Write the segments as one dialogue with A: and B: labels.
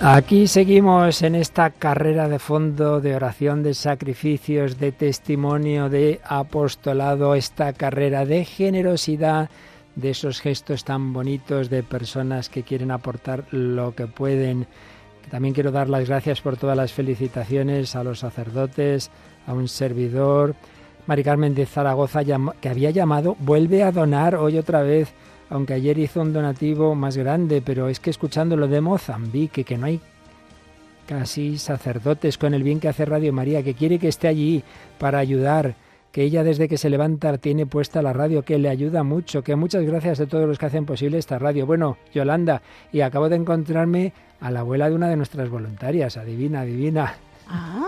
A: Aquí seguimos en esta carrera de fondo de oración, de sacrificios, de testimonio, de apostolado, esta carrera de generosidad, de esos gestos tan bonitos de personas que quieren aportar lo que pueden. También quiero dar las gracias por todas las felicitaciones a los sacerdotes, a un servidor. Mari Carmen de Zaragoza, que había llamado, vuelve a donar hoy otra vez aunque ayer hizo un donativo más grande, pero es que escuchando lo de Mozambique, que no hay casi sacerdotes con el bien que hace Radio María, que quiere que esté allí para ayudar, que ella desde que se levanta tiene puesta la radio, que le ayuda mucho, que muchas gracias a todos los que hacen posible esta radio. Bueno, Yolanda, y acabo de encontrarme a la abuela de una de nuestras voluntarias, adivina, adivina.
B: Ah,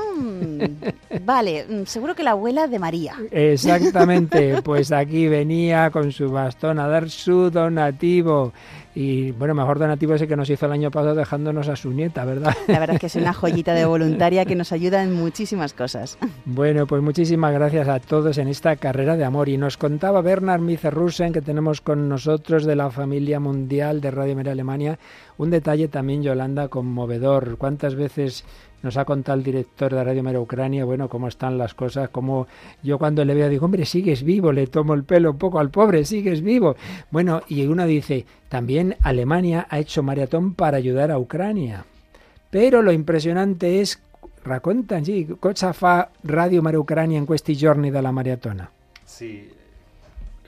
B: vale, mm, seguro que la abuela de María.
A: Exactamente, pues aquí venía con su bastón a dar su donativo. Y bueno, mejor donativo ese que nos hizo el año pasado dejándonos a su nieta, ¿verdad?
B: La verdad es que es una joyita de voluntaria que nos ayuda en muchísimas cosas.
A: Bueno, pues muchísimas gracias a todos en esta carrera de amor. Y nos contaba Bernard Mizerrusen, que tenemos con nosotros de la familia mundial de Radio María Alemania, un detalle también, Yolanda, conmovedor. ¿Cuántas veces nos ha contado el director de Radio Mera Ucrania, bueno, cómo están las cosas, cómo yo cuando le veo digo, hombre, sigues vivo, le tomo el pelo un poco al pobre, sigues vivo. Bueno, y uno dice, también Alemania ha hecho maratón para ayudar a Ucrania. Pero lo impresionante es, racontan, sí, cosa fa Radio Mera Ucrania en questi giorni dalla maratona?
C: Sí.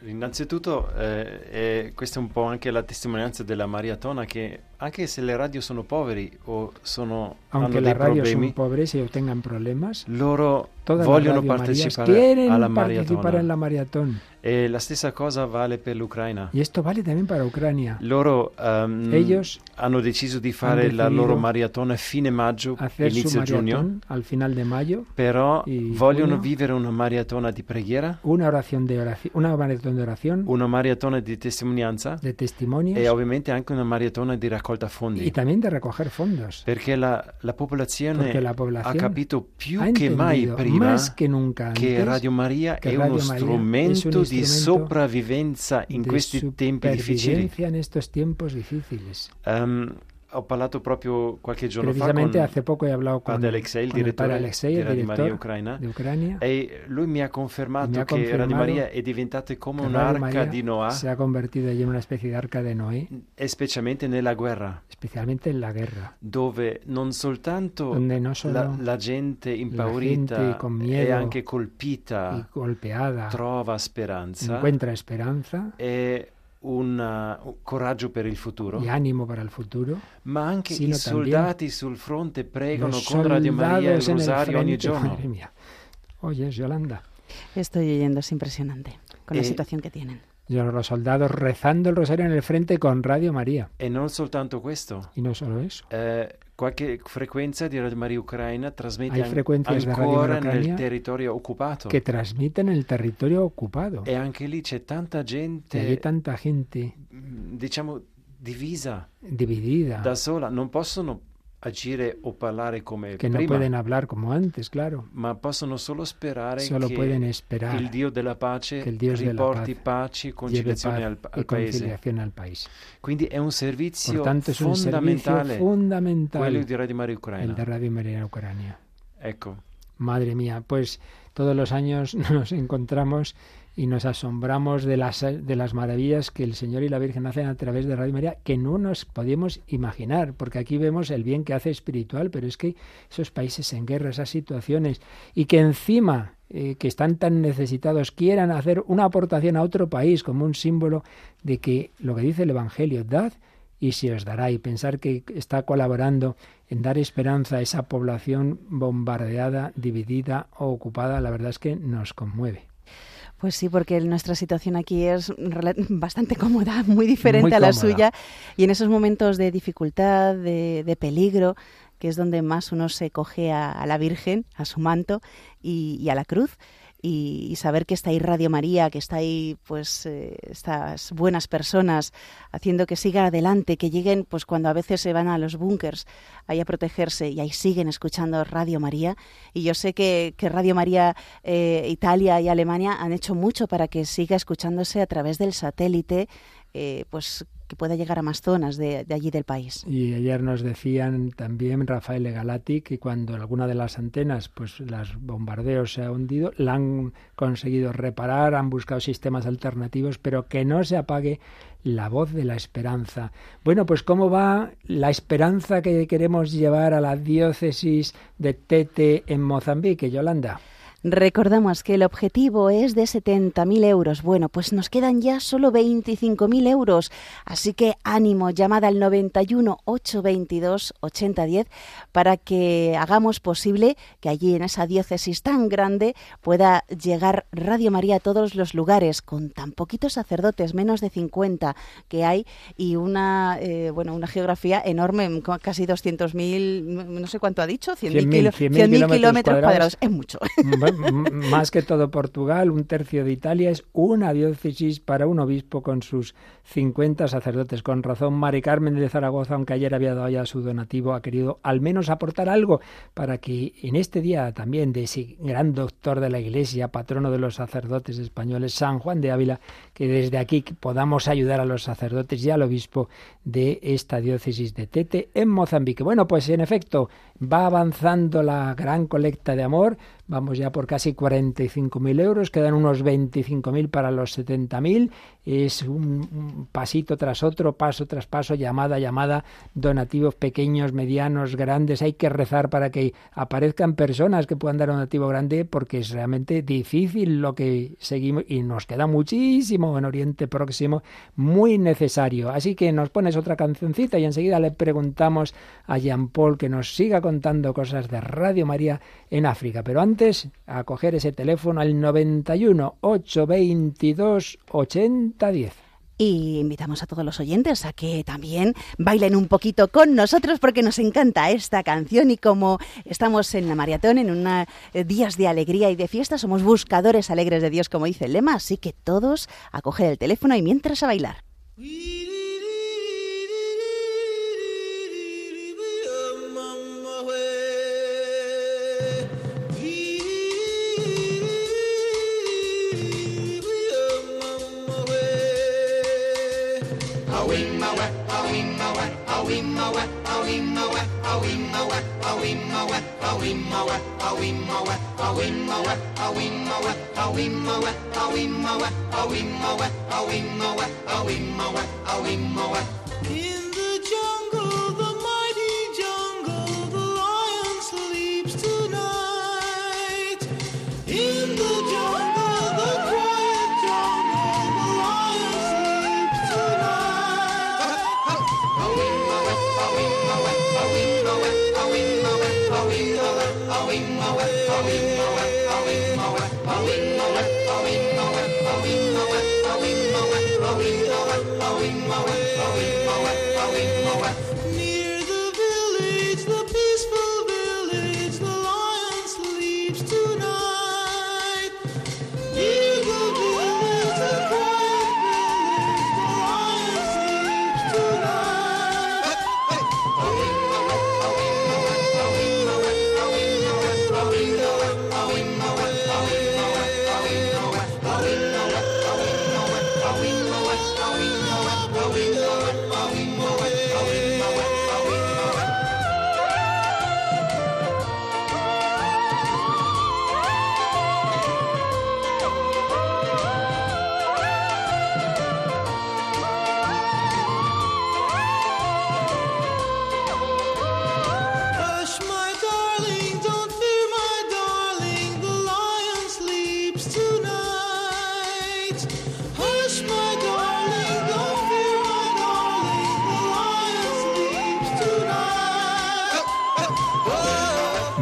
C: Innanzitutto eh, eh, questa è un po' anche la testimonianza della maratona che anche se le radio sono poveri o sono
A: Anche
C: le
A: radio
C: problemi,
A: son pobres y tengan problemas,
C: loro
A: todas las
C: vogliono
A: radiomarías
C: partecipare alla
A: quieren participar en
C: maratona.
A: la maratón.
C: E la stessa cosa vale per l'Ucraina.
A: Y esto vale también para Ucrania.
C: Loro ehm,
A: Ellos
C: hanno deciso di fare la
A: decidido
C: loro maratona fine maggio,
A: Hacer su
C: inizio giugno,
A: maratón al final de mayo,
C: però
A: y
C: vogliono
A: junio.
C: vivere una maratona di preghiera,
A: una oración de oración, una maratón de oración,
C: una maratona di testimonianza
A: de
C: e
A: testimonios
C: ovviamente anche una maratona di raccolta fondi.
A: y también de recoger fondos.
C: Perché la, la popolazione
A: Perché la
C: ha
A: población
C: capito più
A: Ha
C: che mai
A: entendido
C: prima
A: más que nunca antes
C: che Radio Maria
A: che
C: è
A: Radio
C: uno
A: Maria
C: strumento
A: es un strumento
C: di sopravvivenza in
A: de
C: questi tempi difficili.
A: supervivencia en estos tiempos difíciles.
C: Ehm, ho parlato proprio qualche giorno fa con
A: Precisamente hace poco he hablado con,
C: padre Alexei, il
A: con el
C: direttore
A: padre Alexei,
C: di
A: el
C: Radio Maria
A: director
C: Ucraina,
A: de Ucrania.
C: e lui mi ha confermato
A: Mi ha
C: che Radio
A: confermato
C: Maria è diventata come
A: que Radio
C: un'arca
A: María
C: di Noah,
A: se ha convertido ya en una especie de arca de Noé,
C: e specialmente nella guerra,
A: especialmente en la guerra,
C: dove non soltanto
A: donde no solo
C: la, la gente
A: gente
C: impaurita
A: con
C: e
A: miedo
C: anche
A: y
C: colpita
A: golpeada
C: trova speranza
A: encuentra esperanza
C: e una- un coraggio per il futuro,
A: y ánimo para el futuro,
C: ma anche
A: Sì,
C: i
A: no, también.
C: soldati sul fronte pregano
A: los
C: con Radio Maria il
A: soldados en el
C: rosario ogni
A: frente,
C: giorno.
A: madre mía. Oye, Yolanda,
B: Estoy oyendo, es impresionante con
C: Eh,
B: la situación que tienen.
A: yo- los soldados rezando el rosario en el frente con Radio María.
C: E non soltanto questo,
A: Y no solo eso.
C: eh, qualche frequenza di Radio Maria Ucraina trasmette
A: Hai
C: an-
A: frequenze di Radio Maria
C: ancora
A: Ucraina
C: nel territorio occupato.
A: que transmiten el territorio ocupado.
C: E anche lì c'è tanta
A: Que hay
C: gente,
A: tanta gente
C: mh, diciamo, divisa,
A: dividida
C: da sola, non possono agire o parlare come
A: que no
C: eh, prima,
A: pueden hablar como antes, claro.
C: ma possono solo sperare
A: Solo
C: che
A: pueden
C: il
A: esperar
C: Dio della pace
A: che il Dio della
C: riporti
A: pace
C: pace e
A: lleve
C: conciliazione al,
A: paz
C: al eh.
A: y
C: paese.
A: conciliación al país.
C: Quindi è un servizio
A: Por tanto, es un servicio
C: fondamentale quello
A: fundamental
C: di Radio Maria
A: el de
C: Ucraina.
A: Radio María Ucrania.
C: Ecco,
A: Madre mía, pues todos los años nos encontramos y nos asombramos de las, de las maravillas que el Señor y la Virgen hacen a través de Radio María, que no nos podemos imaginar, porque aquí vemos el bien que hace espiritual, pero es que esos países en guerra, esas situaciones, y que encima, eh, que están tan necesitados, quieran hacer una aportación a otro país como un símbolo de que lo que dice el Evangelio, dad y se os dará. Y pensar que está colaborando en dar esperanza a esa población bombardeada, dividida o ocupada, la verdad es que nos conmueve.
B: Pues sí, porque nuestra situación aquí es rela- bastante cómoda, muy diferente
A: Muy
B: a la
A: cómoda.
B: suya. Y en esos momentos de dificultad, de, de peligro, que es donde más uno se coge a, a la Virgen, a su manto y, y a la cruz. Y, y saber que está ahí Radio María, que está ahí pues eh, estas buenas personas haciendo que siga adelante, que lleguen pues cuando a veces se van a los búnkers ahí a protegerse y ahí siguen escuchando Radio María. Y yo sé que, que Radio María eh, Italia y Alemania han hecho mucho para que siga escuchándose a través del satélite, eh, pues que pueda llegar a más zonas de, de allí del país.
A: Y ayer nos decían también Rafael Galati que cuando alguna de las antenas, pues las bombardeos se ha hundido, la han conseguido reparar, han buscado sistemas alternativos, pero que no se apague la voz de la esperanza. Bueno, pues ¿cómo va la esperanza que queremos llevar a la diócesis de Tete en Mozambique, Yolanda?
B: Recordamos que el objetivo es de 70.000 euros. Bueno, pues nos quedan ya solo 25.000 euros. Así que ánimo, llamada al 91 822 8010 para que hagamos posible que allí en esa diócesis tan grande pueda llegar Radio María a todos los lugares con tan poquitos sacerdotes, menos de 50 que hay y una, eh, bueno, una geografía enorme, casi 200.000, no sé cuánto ha dicho, 100.000 100 kilo, 100 kilómetros, kilómetros cuadrados. Es mucho.
A: más que todo Portugal, un tercio de Italia, es una diócesis para un obispo con sus 50 sacerdotes. Con razón, Mari Carmen de Zaragoza, aunque ayer había dado ya su donativo, ha querido al menos aportar algo para que en este día también de ese gran doctor de la Iglesia, patrono de los sacerdotes españoles, San Juan de Ávila, que desde aquí podamos ayudar a los sacerdotes y al obispo de esta diócesis de Tete en Mozambique. Bueno, pues en efecto, va avanzando la gran colecta de amor. Vamos ya por casi 45.000 euros, quedan unos 25.000 para los 70.000. Es un, un, pasito tras otro, paso tras paso, llamada, llamada, donativos pequeños, medianos, grandes. Hay que rezar para que aparezcan personas que puedan dar un donativo grande porque es realmente difícil lo que seguimos y nos queda muchísimo en Oriente Próximo, muy necesario. Así que nos pones otra cancioncita y enseguida le preguntamos a Jean Paul que nos siga contando cosas de Radio María en África. Pero antes, a coger ese teléfono al 91 822 8010.
B: Y invitamos a todos los oyentes a que también bailen un poquito con nosotros porque nos encanta esta canción y como estamos en la maratón, en unos días de alegría y de fiesta, somos buscadores alegres de Dios, como dice el lema, así que todos a coger el teléfono y mientras a bailar.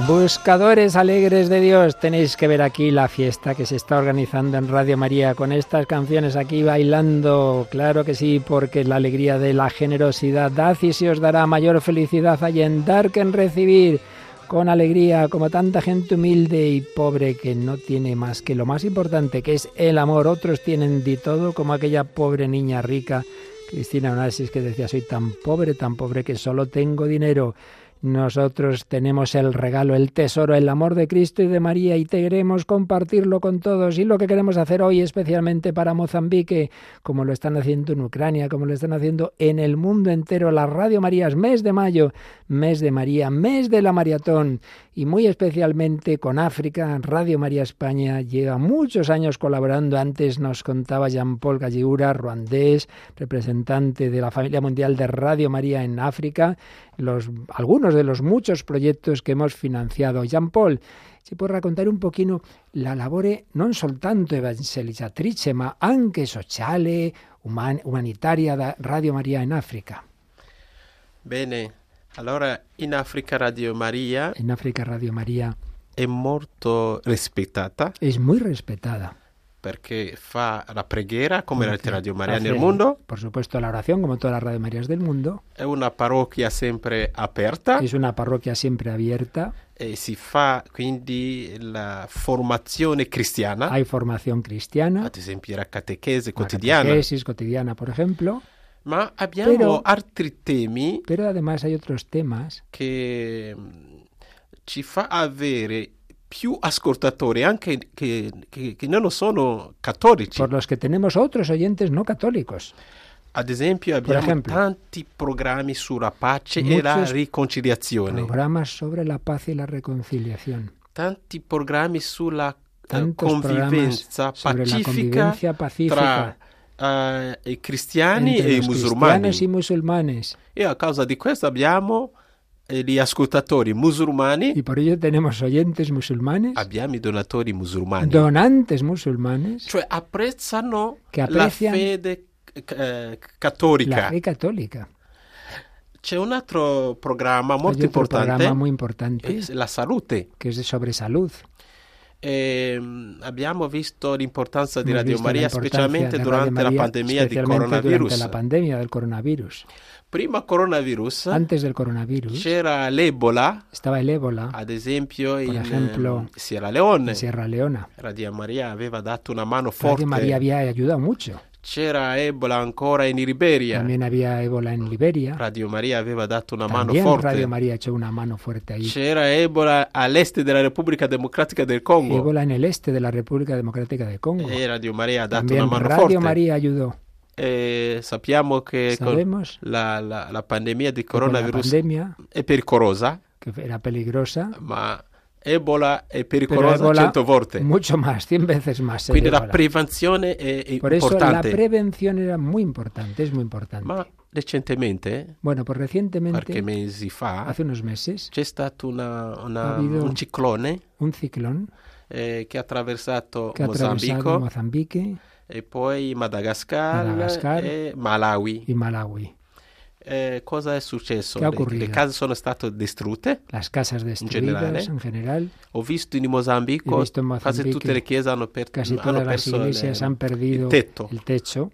A: Buscadores alegres de Dios, tenéis que ver aquí la fiesta que se está organizando en Radio María con estas canciones aquí bailando, claro que sí, porque la alegría de la generosidad da y se os dará mayor felicidad allí en dar que en recibir, con alegría, como tanta gente humilde y pobre que no tiene más que lo más importante, que es el amor. Otros tienen de todo, como aquella pobre niña rica, Cristina Onassis, que decía, soy tan pobre, tan pobre que solo tengo dinero. Nosotros tenemos el regalo, el tesoro, el amor de Cristo y de María y te queremos compartirlo con todos. Y lo que queremos hacer hoy, especialmente para Mozambique, como lo están haciendo en Ucrania, como lo están haciendo en el mundo entero, la Radio María es mes de mayo, mes de María, mes de la maratón. Y muy especialmente con África, Radio María España lleva muchos años colaborando. Antes nos contaba Jean-Paul Galligura, ruandés, representante de la familia mundial de Radio María en África. Los, algunos de los muchos proyectos que hemos financiado. Jean Paul, ci può raccontare un pochino la labore non soltanto evangelizzatrice, ma anche sociale, uman, umanitaria da Radio Maria in Africa.
D: Bene, allora in Africa Radio Maria
A: In Africa Radio Maria
D: è molto rispettata
A: es muy respetada.
D: perché fa la preghiera come la Radio Maria
A: Hace,
D: nel mondo,
A: Por supuesto, la oración, como todas las Radio Marías del mundo,
D: è una parrocchia sempre aperta
A: es una parroquia siempre abierta.
D: e si fa quindi la formazione cristiana,
A: Hay formación cristiana,
D: ad esempio la catechesi
A: la
D: quotidiana,
A: catequesis quotidiana, por ejemplo,
D: ma abbiamo
A: Però-
D: altri temi
A: pero además hay otros temas
D: che mm, ci fa avere più ascoltatori anche che, che- che non sono cattolici.
A: por los que tenemos otros oyentes no católicos.
D: Ad esempio abbiamo
A: esempio.
D: tanti programmi sulla pace e
A: Muchos Ah,
D: la riconciliazione,
A: Programas sobre la paz y la reconciliación.
D: tanti programmi sulla eh,
A: Tantos programas
D: convivenza
A: sobre la
D: pacifica
A: convivencia
D: tra
A: pacífica
D: eh, i cristiani
A: entre
D: e i
A: los
D: musulmani.
A: cristianos y musulmanes.
D: E a causa di questo abbiamo eh, gli ascoltatori musulmani,
A: Y por ello tenemos oyentes musulmanes,
D: abbiamo i donatori musulmani.
A: donantes musulmanes,
D: cioè apprezzano
A: Che
D: la
A: apprezzano
D: fede eh,
A: la
D: cattolica.
A: fe católica.
D: C'è un altro programma
A: Hay
D: molto
A: otro
D: importante,
A: programa muy importante
D: eh, la salute.
A: que es de sobre salud.
D: Ehm, abbiamo visto l'importanza di
A: Hemos
D: Radio
A: visto la
D: Maria,
A: importancia de
D: specialmente
A: Radio
D: durante la
A: María,
D: pandemia di
A: especialmente
D: coronavirus.
A: durante la pandemia del coronavirus.
D: Prima coronavirus
A: Antes del coronavirus
D: c'era l'Ebola,
A: estaba el ébola
D: ad esempio in
A: Ah. esempio,
D: ehm, Sierra
A: en
D: Leone.
A: Sierra Leona.
D: Radio Maria aveva dato una mano
A: Radio
D: forte.
A: María había ayudado mucho.
D: C'era Ebola ancora in Liberia.
A: También había ébola en Liberia.
D: Radio Maria aveva dato una
A: También
D: mano forte.
A: Radio María echó una mano fuerte ahí.
D: C'era Ebola all'est della Repubblica Democratica del Congo
A: Ébola en el este de la República Democrática del Congo.
D: e Radio Maria ha dato
A: También
D: una mano
A: Radio
D: forte.
A: María ayudó.
D: E sappiamo che con
A: Sabemos
D: la, la- la pandemia di
A: que con la
D: coronavirus
A: pandemia,
D: è pericolosa,
A: que era peligrosa,
D: ma Ebola è
A: pero
D: pericolosa
A: ébola
D: 100 volte.
A: mucho más, 100 veces más. el
D: Quindi la
A: ébola.
D: prevenzione è è
A: Por eso la
D: importante.
A: prevención era muy importante, es muy importante.
D: Ma recentemente,
A: Bueno, pues
D: qualche
A: recientemente,
D: mesi fa,
A: hace unos meses,
D: c'è stato una- una-
A: Ha habido-
D: un ciclone
A: un ciclón
D: eh, che ha attraversato
A: que ha atravesado
D: Mozambico
A: Mozambique
D: e poi Madagascar,
A: Madagascar
D: e Malawi.
A: y Malawi.
D: Eh, cosa è successo?
A: Che ha
D: Le- le,
A: occorrido?
D: case sono state distrutte.
A: Las casas
D: general, ¿eh?
A: destruidas en general,
D: Ho visto in Mozambico,
A: Ho visto in
D: quasi
A: Mozambico
D: tutte le chiese hanno, per-
A: casi
D: hanno
A: todas las
D: perso le-
A: iglesias han perdido
D: il tetto.
A: el techo.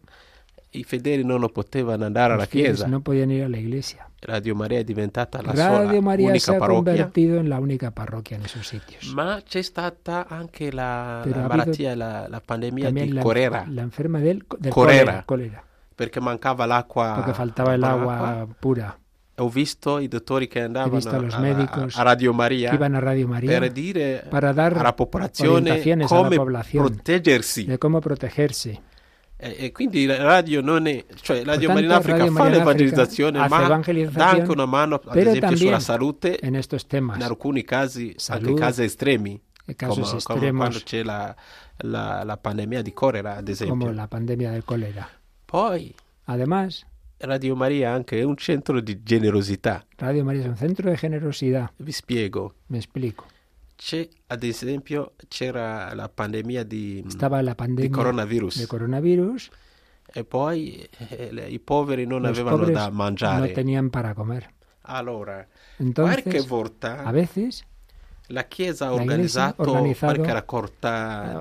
D: I fedeli non potevano andare alla
A: Los fieles
D: chiesa.
A: no podían ir a la iglesia.
D: Radio Maria è diventata la sola
A: Radio María se
D: unica
A: ha
D: parrocchia.
A: convertido en la única parroquia en esos sitios.
D: Ma c'è stata anche la,
A: Però
D: la
A: ha habido
D: malattia, la, la pandemia
A: También
D: di
A: la,
D: Corera,
A: la enferma del, del
D: Corera. Ah,
A: cólera, cólera,
D: perché mancava l'acqua.
A: porque faltaba el
D: ah.
A: agua pura.
D: Ho visto i dottori che andavano
A: visto los
D: a-
A: médicos
D: a, Radio Maria
A: Que iban a Radio María
D: per dire
A: para dar
D: alla popolazione
A: orientaciones a la
D: come
A: población.
D: proteggersi.
A: de cómo protegerse.
D: E, e quindi la radio non è, cioè la
A: Portanto,
D: Radio Marina Africa
A: Radio Maria
D: fa
A: in Africa
D: l'evangelizzazione,
A: hace
D: ma dà
A: evangelizzazione,
D: anche una mano, ad
A: pero
D: esempio, sulla
A: también
D: salute,
A: en estos
D: in
A: temas,
D: alcuni casi,
A: Salud,
D: anche casi estremi,
A: en casos
D: come, come quando
A: extremos
D: c'è la, la- la pandemia di colera, ad esempio.
A: como la pandemia del cólera.
D: Poi
A: Además,
D: Radio Maria è anche un centro di generosità.
A: Radio María es un centro de generosidad,
D: Vi spiego.
A: me explico.
D: C'è, ad esempio, c'era la pandemia di,
A: Estaba la
D: di
A: pandemia
D: coronavirus
A: de coronavirus,
D: e poi eh, le- i poveri non
A: los
D: avevano
A: pobres
D: da
A: no
D: mangiare.
A: tenían para comer.
D: Allora, qualche
A: Entonces,
D: volta
A: a veces
D: la Chiesa ha
A: La Iglesia ha
D: organizzato
A: organizzato-
D: qualche raccolta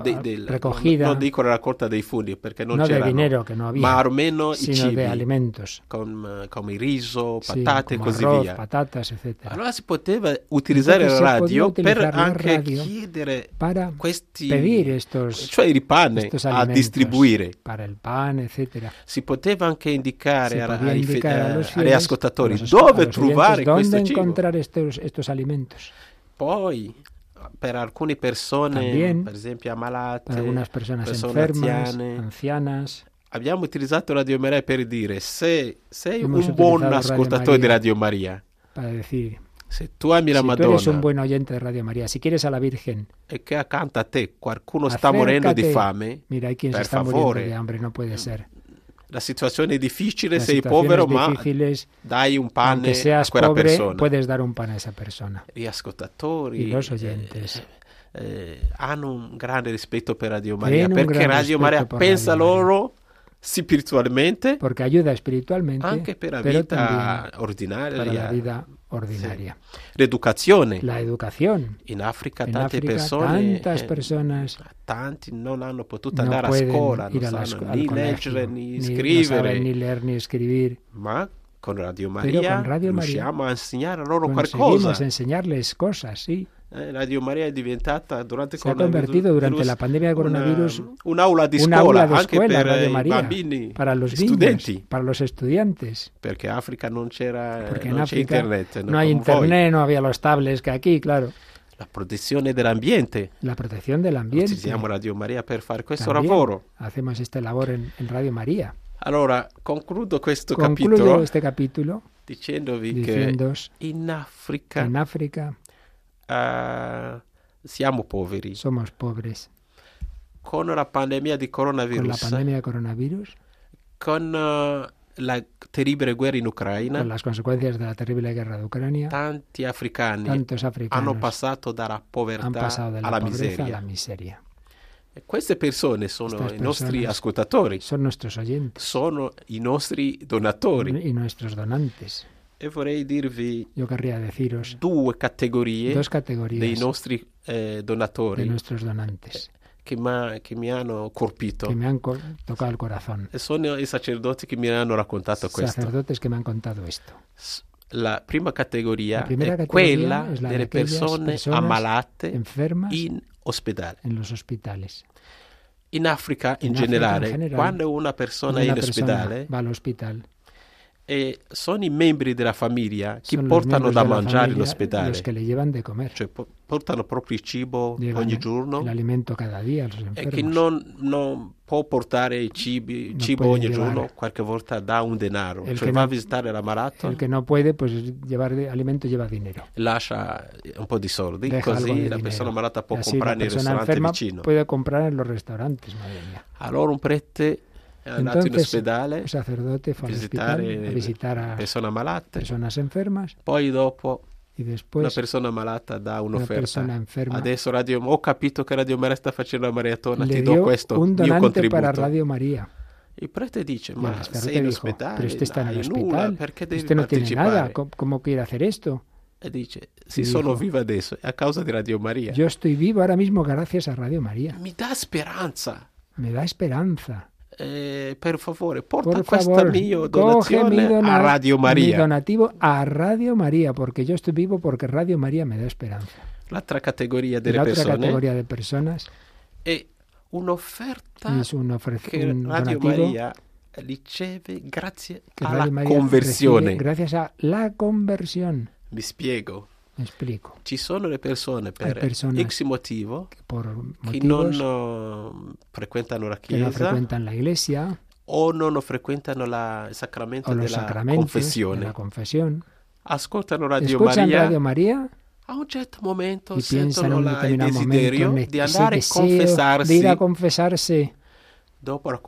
A: eh,
D: de- del-
A: raccogliere-
D: non dico la raccolta dei fondi perché non
A: no de
D: c'erano,
A: dinero, que no había,
D: ma almeno i
A: sino de
D: cibi
A: alimentos.
D: con- come il riso,
A: Sí,
D: patate e
A: como
D: così
A: arroz,
D: via.
A: patatas, etcétera.
D: Allora si poteva utilizzare la
A: Entonces se
D: radio
A: podía
D: per
A: utilizar la
D: anche
A: radio
D: chiedere
A: Para
D: questi
A: pedir estos,
D: cioè il pane
A: estos
D: a
A: alimentos
D: distribuire.
A: para el pan, etcétera.
D: Si poteva anche indicare
A: Se
D: a-
A: podía
D: ai, fe-
A: indicar a
D: eh,
A: los
D: agli
A: fieles,
D: ascoltatori
A: a los asco- a
D: dove
A: los
D: trovare
A: oyentes
D: questo
A: dónde
D: cibo.
A: encontrar estos, estos alimentos.
D: Poi per alcune persone,
A: También,
D: per esempio ammalate,
A: Para algunas personas
D: persone
A: enfermas, ah.
D: anziane,
A: ancianas.
D: abbiamo utilizzato Radio Maria per dire se sei
A: Hemos
D: un buon
A: utilizzato Radio
D: ascoltatore di
A: Maria.
D: Radio Maria,
A: para decir,
D: se tu ami la
A: si tú
D: Madonna
A: eres un buen oyente de Radio Maria, si quieres a la Virgen,
D: e che accanto a te qualcuno sta morendo di
A: Acércate.
D: fame,
A: mira, hay quien
D: Per
A: se está
D: favore.
A: muriendo de hambre, no puede ser.
D: la situazione è difficile,
A: Las
D: sei
A: situaciones
D: povero, ma
A: difíciles,
D: dai un
A: aunque
D: pane a
A: seas
D: quella
A: pobre,
D: persona.
A: puedes dar un pan a esa persona.
D: Gli ascoltatori
A: I los oyentes.
D: eh, eh, hanno un grande rispetto per Radio
A: Tiene
D: Maria
A: un
D: perché
A: grande
D: Radio
A: rispetto
D: Maria
A: per
D: pensa
A: Radio Maria.
D: loro spiritualmente
A: Porque ayuda espiritualmente,
D: anche per la
A: pero
D: vita
A: también
D: ordinaria,
A: para la vida ordinaria.
D: l'educazione.
A: La educación.
D: In Africa
A: En
D: tante
A: África,
D: persone,
A: tantas
D: eh,
A: personas
D: tanti non hanno potuto
A: no
D: andare a
A: pueden
D: scuola,
A: ir
D: non
A: a la escu-
D: sanno né
A: al colegio,
D: leggere
A: ni-
D: né
A: no
D: scrivere,
A: saben ni leer ni escribir.
D: ma con Radio
A: Pero
D: Maria
A: con Radio Maria
D: riusciamo a insegnare loro
A: Conseguimos
D: qualcosa.
A: enseñarles cosas, sí.
D: Eh, Radio Maria è diventata durante il
A: Se ha
D: coronavirus-
A: convertido durante la pandemia del
D: una-
A: coronavirus
D: ehm, un'aula di
A: una
D: scuola,
A: aula de
D: anche
A: escuela
D: per eh,
A: Radio
D: i
A: María
D: bambini,
A: para los
D: gli
A: niños,
D: studenti,
A: para los estudiantes.
D: perché in Africa non c'era
A: Porque
D: non
A: en
D: c'è
A: África
D: internet, no,
A: no hay
D: come voi.
A: internet, no había los tablets que aquí, claro.
D: La protezione dell'ambiente.
A: La protección del ambiente.
D: Utilizziamo Radio Maria per fare questo
A: También
D: lavoro.
A: Hacemos este labor en, en Radio María.
D: Allora, concludo questo
A: Concluyo
D: capitolo
A: este capítulo
D: dicendovi che
A: diciendo
D: in
A: que
D: Africa
A: en África
D: eh, siamo poveri.
A: somos pobres.
D: Con la pandemia di
A: Con la
D: coronavirus, con,
A: pandemia de coronavirus,
D: eh, la terribile guerra in Ucraina,
A: con las consecuencias de la terrible guerra de Ucrania,
D: tanti africani
A: tantos
D: hanno
A: africanos
D: passato dalla povertà
A: han pasado de la
D: alla
A: pobreza
D: miseria.
A: a la miseria.
D: E Queste persone sono
A: Estas
D: i nostri
A: personas
D: ascoltatori,
A: Son nuestros oyentes
D: sono i nostri donatori.
A: y nuestros donantes.
D: E vorrei dirvi
A: Yo querría deciros
D: due categorie
A: dos
D: dei
A: categorías
D: nostri eh, donatori
A: de nuestros donantes
D: che, m'ha- che mi hanno colpito.
A: que me han co- tocado el corazón.
D: E Sono i sacerdoti che mi hanno raccontato questo.
A: Sacerdotes que me han contado esto.
D: S- La prima categoria
A: La prima
D: è
A: categoria
D: quella
A: è la di
D: delle
A: aquellas
D: persone,
A: personas
D: ammalate
A: Enfermas
D: in ospedale.
A: en los hospitales.
D: In Africa
A: In Africa
D: in,
A: in
D: generale,
A: generale,
D: quando una persona è
A: Una
D: in
A: persona
D: ospedale,
A: va al hospital. ¿eh?
D: e sono i membri della famiglia che
A: son los
D: portano
A: miembros
D: da
A: de la
D: mangiare in
A: familia
D: ospedale,
A: Los que le llevan de comer.
D: cioè po- portano proprio il cibo
A: Llevan
D: ogni
A: el- el
D: giorno
A: alimento cada día a los
D: e chi
A: enfermos.
D: non, non può portare il cibi-
A: Non
D: cibo
A: può
D: ogni
A: llevar.
D: giorno, qualche volta dà un denaro,
A: El
D: cioè
A: che
D: va a
A: non-
D: visitare l'ammalato,
A: El que no puede, pues llevar de- alimento lleva dinero.
D: lascia eh, un po' di soldi,
A: Deja algo
D: così
A: de
D: la persona
A: dinero.
D: ammalata può
A: Y así
D: comprare
A: la
D: nel
A: persona
D: ristorante
A: enferma
D: vicino.
A: puede comprar en los restaurantes, madre mía.
D: Allora un prete è andato in
A: Entonces,
D: ospedale
A: Un sacerdote
D: a
A: fue al hospital
D: visitare
A: a visitar eh, a
D: persone ammalate,
A: personas enfermas
D: poi dopo
A: y
D: una
A: después
D: persona malata dà
A: una
D: un'offerta.
A: persona enferma
D: Adesso Radio, ho capito che Radio Maria sta facendo la maratona,
A: le
D: ti do
A: dio
D: questo
A: un
D: mio
A: donante
D: contributo.
A: para Radio María.
D: Il prete dice,
A: Y el
D: ma
A: sacerdote
D: sei in
A: dijo,
D: ospedale,
A: pero usted está en
D: dai,
A: el
D: nulla,
A: hospital,
D: perché devi
A: usted no tiene
D: partecipare?
A: nada, ¿cómo, cómo quiere hacer esto?
D: E dice, sì,
A: Gli
D: sono
A: dico,
D: vivo adesso, è a causa di Radio Maria.
A: Yo estoy vivo ahora mismo gracias a Radio María.
D: Mi dà speranza.
A: Me da esperanza.
D: Eh, per favore, porta
A: Por
D: questa
A: favor,
D: mia
A: coge mi,
D: donazione a
A: dona-
D: Radio
A: mi
D: Maria.
A: donativo a Radio María, porque yo estoy vivo porque Radio María me da esperanza.
D: L'altra categoria
A: Y
D: delle
A: la otra
D: persone
A: categoría de personas
D: è un'offerta
A: es un, ofre-
D: che
A: un
D: Radio
A: donativo
D: Maria riceve grazie
A: que
D: alla
A: Radio María
D: conversione.
A: recibe gracias a la conversión.
D: Mi spiego.
A: Me explico.
D: Ci sono le persone per
A: persone
D: X motivo
A: Que por
D: che
A: motivos
D: non eh, frequentano la
A: que no
D: chiesa
A: frecuentan la iglesia
D: o non frequentano la- il sacramento
A: o los
D: della
A: sacramentos de
D: confessione.
A: la confesión,
D: Ascoltano Radio
A: escuchan
D: Maria,
A: Radio María
D: a un certo momento
A: y piensan en
D: sentono
A: un
D: la- il
A: determinado momento
D: desiderio
A: en ese
D: di andare a
A: deseo de
D: confessarsi.
A: ir a confesarse
D: Dopo
A: después
D: la
A: de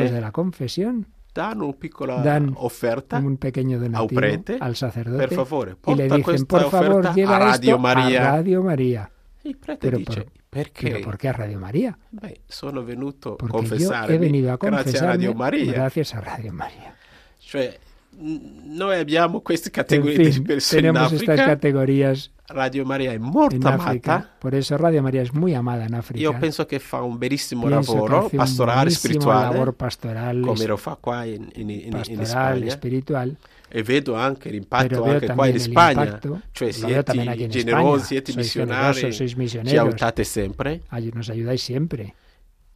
D: confessione
A: la confesión,
D: danno una piccola
A: Dan
D: offerta.
A: como un pequeño donativo
D: prete,
A: al
D: Per
A: sacerdote
D: favore,
A: y le
D: porta
A: dicen,
D: questa
A: por favor,
D: offerta a
A: lleva
D: Radio
A: esto
D: Maria.
A: a Radio María.
D: Il prete
A: Pero
D: dice,
A: por-
D: perché?
A: ¿Pero por qué a Radio Maria?
D: Beh, sono venuto a
A: Porque yo he
D: confessarmi
A: venido a
D: grazie a
A: confesarme
D: Radio Maria.
A: gracias a Radio María.
D: Cioè, noi abbiamo queste categorie
A: En
D: di
A: fin,
D: persone in
A: tenemos estas
D: Africa.
A: categorías
D: Radio Maria è
A: en
D: molto amata.
A: África. Por eso Radio María es muy amada en África.
D: Io penso che fa un bellissimo
A: Pienso que
D: lavoro
A: hace un
D: pastorale,
A: buenísimo
D: spirituale,
A: labor pastoral,
D: come lo fa qua in, in- in- in
A: pastoral,
D: Spagna.
A: espiritual,
D: E vedo anche
A: pero
D: l'impatto
A: veo
D: anche qua
A: también el
D: in Spagna.
A: impacto.
D: Cioè
A: lo veo también aquí
D: siete
A: en
D: generosi,
A: España.
D: siete
A: Sois generosos,
D: missionari,
A: sois
D: ci
A: misioneros.
D: aiutate sempre.
A: Ay- Nos ayudáis siempre.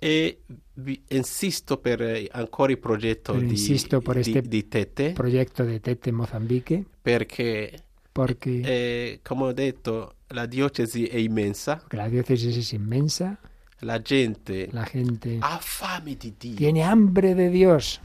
D: E vi insisto per eh, ancora il progetto
A: Pero
D: di,
A: insisto per
D: di-
A: este
D: di Tete,
A: Proyecto de Tete en Mozambique,
D: perché,
A: porque
D: eh, come ho detto, la diocesi è immensa,
A: la diócesis es inmensa,
D: la gente
A: la gente
D: ha fame di Dio.
A: tiene hambre de Dios.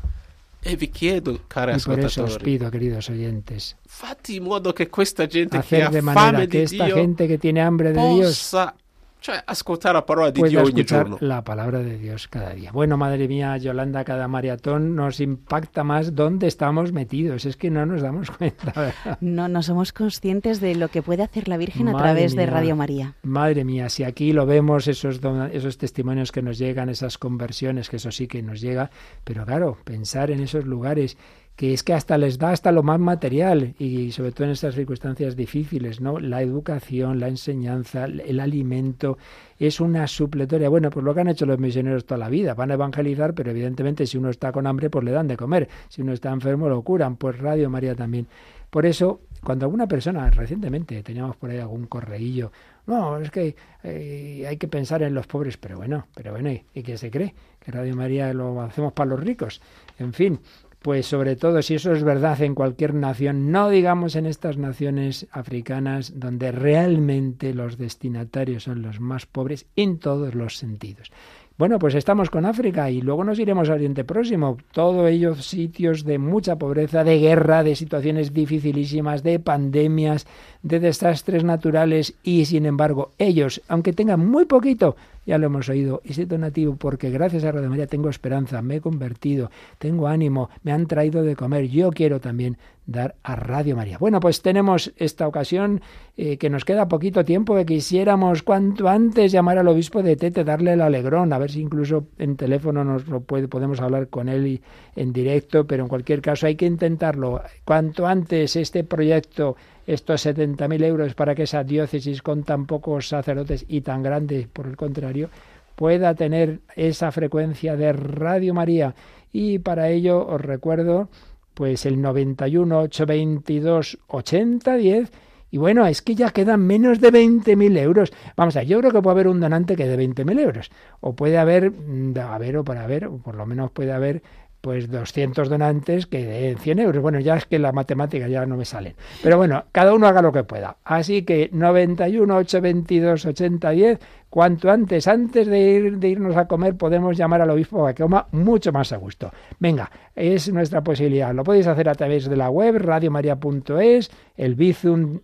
D: E vi chiedo, cari
A: Y por eso os
D: ascoltatori,
A: pido, queridos oyentes,
D: fate in modo che questa gente che ha
A: hacer de
D: fame
A: manera que
D: di
A: esta
D: Dio
A: gente que tiene hambre de Dios
D: possa cioè, ascoltare la parola di
A: pueda
D: Dio ogni
A: escuchar
D: giorno.
A: la palabra de Dios cada día. Bueno, madre mía, Yolanda, cada maratón nos impacta más dónde estamos metidos. Es que no nos damos cuenta, ¿verdad?
B: No, no somos conscientes de lo que puede hacer la Virgen a
A: Madre
B: través de
A: mía.
B: Radio María.
A: Madre mía, si aquí lo vemos, esos, don- esos testimonios que nos llegan, esas conversiones, que eso sí que nos llega, pero claro, pensar en esos lugares, que es que hasta les da hasta lo más material, y sobre todo en estas circunstancias difíciles, ¿no? La educación, la enseñanza, el el alimento, es una supletoria. Bueno, pues lo que han hecho los misioneros toda la vida, van a evangelizar, pero evidentemente si uno está con hambre, pues le dan de comer, si uno está enfermo, lo curan, pues Radio María también. Por eso, cuando alguna persona, recientemente teníamos por ahí algún correillo, no, es que eh, hay que pensar en los pobres, pero bueno, pero bueno, ¿y, y qué se cree? Que Radio María lo hacemos para los ricos. En fin, pues sobre todo si eso es verdad en cualquier nación, no digamos en estas naciones africanas donde realmente los destinatarios son los más pobres en todos los sentidos. Bueno, pues estamos con África y luego nos iremos a Oriente Próximo. Todo ello sitios de mucha pobreza, de guerra, de situaciones dificilísimas, de pandemias, de desastres naturales y sin embargo ellos, aunque tengan muy poquito, ya lo hemos oído, ese donativo porque gracias a Radio María tengo esperanza, me he convertido, tengo ánimo, me han traído de comer, yo quiero también dar a Radio María. Bueno, pues tenemos esta ocasión eh, que nos queda poquito tiempo que quisiéramos cuanto antes llamar al obispo de Tete, darle el alegrón, a ver si incluso en teléfono nos lo puede, podemos hablar con él y- en directo, pero en cualquier caso hay que intentarlo. Cuanto antes este proyecto, estos 70.000 euros para que esa diócesis con tan pocos sacerdotes y tan grande, por el contrario, pueda tener esa frecuencia de Radio María. Y para ello os recuerdo pues el 91 822 8010 y bueno, es que ya quedan menos de 20.000 euros. Vamos a ver, yo creo que puede haber un donante que de 20.000 euros. O puede haber, mm, a ver, o para haber, o por lo menos puede haber pues 200 donantes que de 100 euros. Bueno, ya es que la matemática ya no me salen. Pero bueno, cada uno haga lo que pueda. Así que 91 822 8010, cuanto antes, antes de, ir- de irnos a comer, podemos llamar al obispo para que coma mucho más a gusto. Venga, es nuestra posibilidad. Lo podéis hacer a través de la web radiomaria.es, el Bizum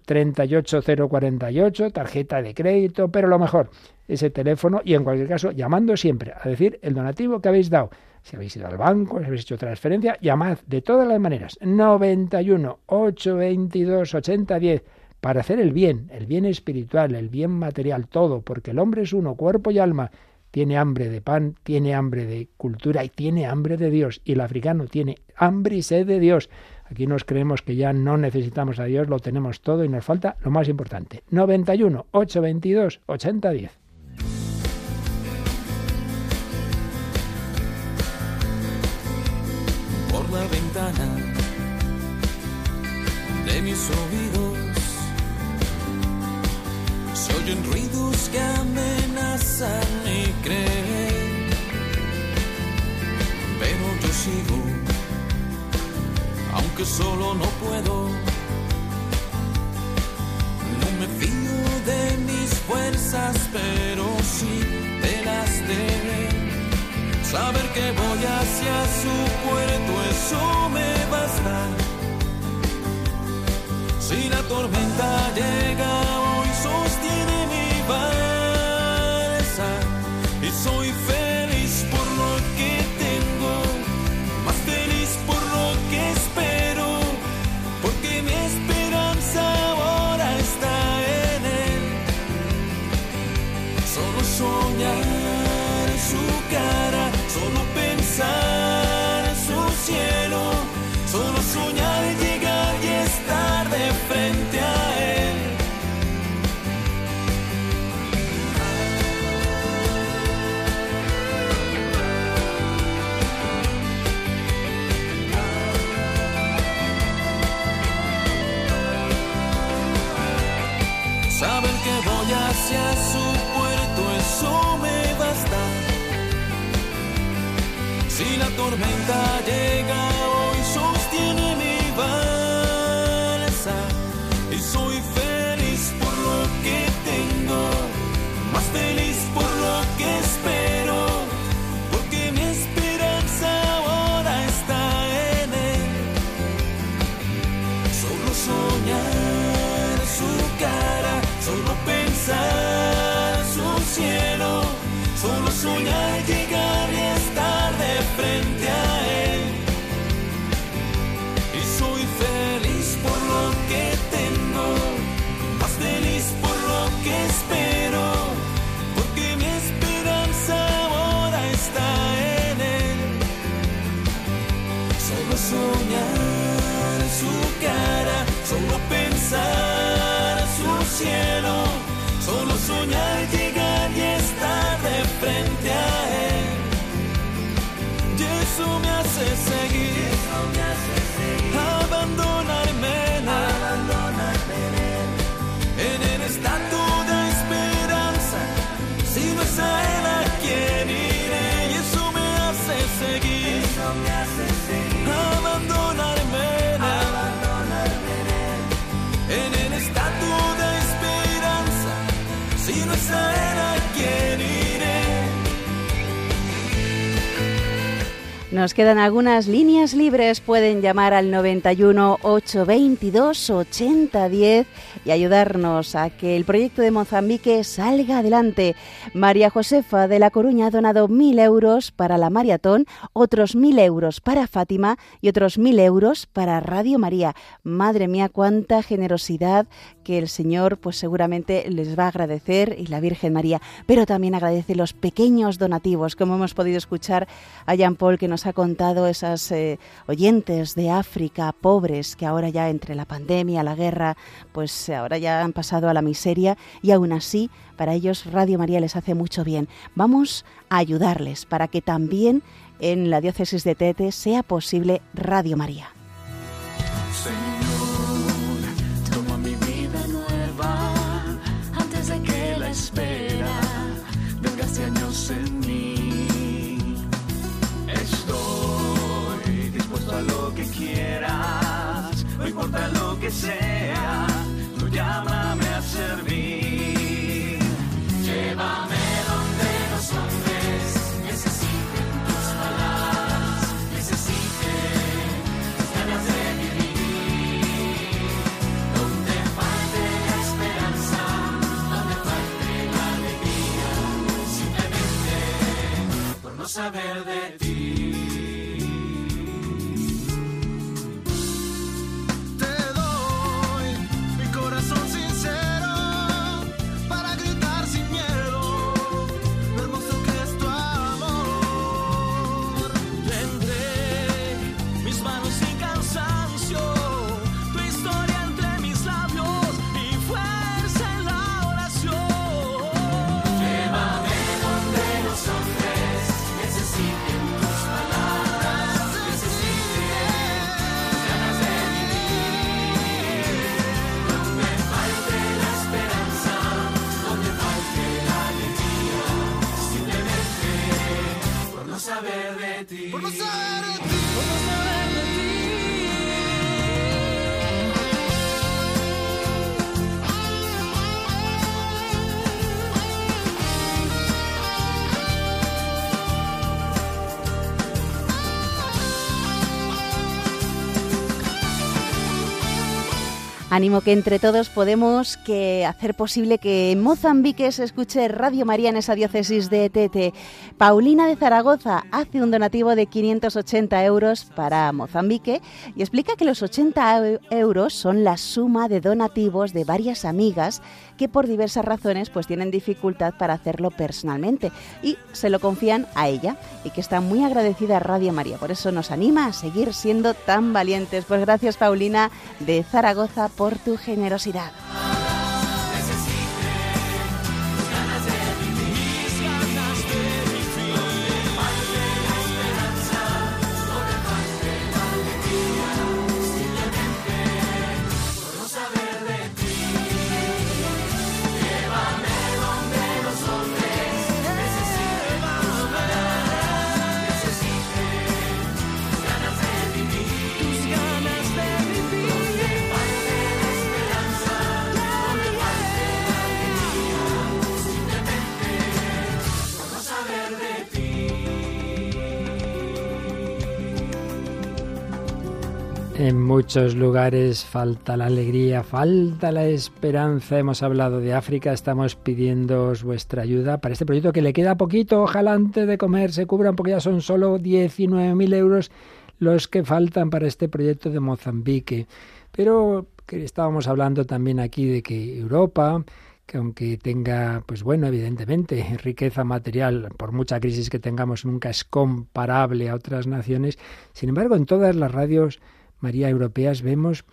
A: 38048, tarjeta de crédito, pero lo mejor, ese teléfono y en cualquier caso llamando siempre a decir el donativo que habéis dado. Si habéis ido al banco, si habéis hecho transferencia, llamad de todas las maneras. 91 822 8010 para hacer el bien, el bien espiritual, el bien material, todo, porque el hombre es uno, cuerpo y alma. Tiene hambre de pan, tiene hambre de cultura y tiene hambre de Dios. Y el africano tiene hambre y sed de Dios. Aquí nos creemos que ya no necesitamos a Dios, lo tenemos todo y nos falta lo más importante. 91 822 8010.
E: por la ventana de mis oídos. Se oyen ruidos que amenazan mi creer, pero yo sigo, aunque solo no puedo. No me fío de mis fuerzas, pero sí de las de él. Saber que voy hacia su puerto, eso me basta. Si la tormenta llega hoy, sostiene mi balsa. Y soy feliz por lo que tengo, más feliz por lo que espero. Porque mi esperanza ahora está en él solo soñar en su cara, solo pensar en su cielo, solo soñar Si la tormenta llega hoy, sostiene mi balsa y soy feliz por lo que tengo, más feliz por lo que espero, porque mi esperanza ahora está en él. Solo soñar su cara, solo pensar su cielo, solo soñar llegar y estar de frente a él. Y soy feliz por lo que tengo, más feliz por lo que espero, porque mi esperanza ahora está en él. Solo soñar su cara, solo pensar su cielo, solo soñar llegar y estar de frente a él. Y eso me hace seguir, abandonarme en él. En él está toda esperanza, si no es a él a quien iré, y eso me hace seguir abandonarme en él. En él está toda esperanza, si no es a él a quien iré.
B: Nos quedan algunas líneas libres. Pueden llamar al 91 822 8010 y ayudarnos a que el proyecto de Mozambique salga adelante. María Josefa de La Coruña ha donado 1.000 euros para la maratón, otros 1.000 euros para Fátima y otros 1.000 euros para Radio María. Madre mía, cuánta generosidad que el Señor pues seguramente les va a agradecer y la Virgen María. Pero también agradece los pequeños donativos, como hemos podido escuchar a Jean-Paul que nos ha contado esas eh, oyentes de África pobres que ahora ya entre la pandemia, la guerra, pues ahora ya han pasado a la miseria y aún así para ellos Radio María les hace mucho bien. Vamos a ayudarles para que también en la diócesis de Tete sea posible Radio María.
F: Señor, toma mi vida nueva antes de que la espera desgaste años en mí. Estoy dispuesto a lo que quieras, no importa lo que sea, tú llámame a servir. Llévame donde los hombres necesiten tus palabras, necesiten tus ganas de vivir. Donde falte la esperanza, donde falte la alegría, simplemente por no saber de ti. Te doy mi corazón sincero para gritar sin miedo lo hermoso que es tu amor. Tendré mis manos sin cansancio, tu historia entre mis labios y fuerza en la oración. Llévame donde los hombres necesiten tus palabras, necesiten tus ganas de vivir. Donde falte la esperanza, donde falte la alegría, simplemente por no saber de ti. Por no saber de ti. Por no saber de ti.
B: Ánimo que entre todos podemos que hacer posible que en Mozambique se escuche Radio María en esa diócesis de Tete. Paulina de Zaragoza hace un donativo de 580 euros para Mozambique y explica que los 80 eu- euros son la suma de donativos de varias amigas que por diversas razones pues tienen dificultad para hacerlo personalmente y se lo confían a ella y que está muy agradecida a Radio María. Por eso nos anima a seguir siendo tan valientes. Pues gracias Paulina de Zaragoza por tu generosidad.
F: Necesiten
A: En muchos lugares falta la alegría, falta la esperanza. Hemos hablado de África, estamos pidiéndoos vuestra ayuda para este proyecto que le queda poquito. Ojalá antes de comer se cubran, porque ya son solo 19.000 euros los que faltan para este proyecto de Mozambique. Pero que estábamos hablando también aquí de que Europa que aunque tenga, pues bueno, evidentemente, riqueza material, por mucha crisis que tengamos, nunca es comparable a otras naciones. Sin embargo, en todas las radios María europeas vemos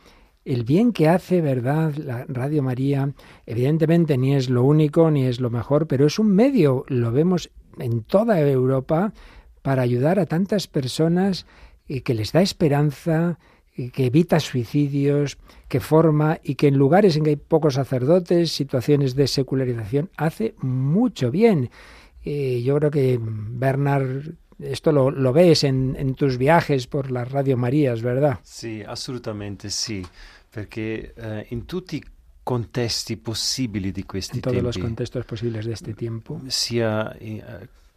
A: el bien que hace, ¿verdad? La Radio María, evidentemente, ni es lo único, ni es lo mejor, pero es un medio, lo vemos en toda Europa, para ayudar a tantas personas y que les da esperanza, y que evita suicidios, que forma y que en lugares en que hay pocos sacerdotes, situaciones de secularización, hace mucho bien. Eh, yo creo que Bernard, esto lo, lo ves en, en, tus viajes por las Radio Marías, ¿verdad?
C: Sì, assolutamente sì, perché eh, in tutti i contesti possibili di questi
A: En todos los
C: tempi,
A: contextos posibles de este tiempo,
C: sia eh,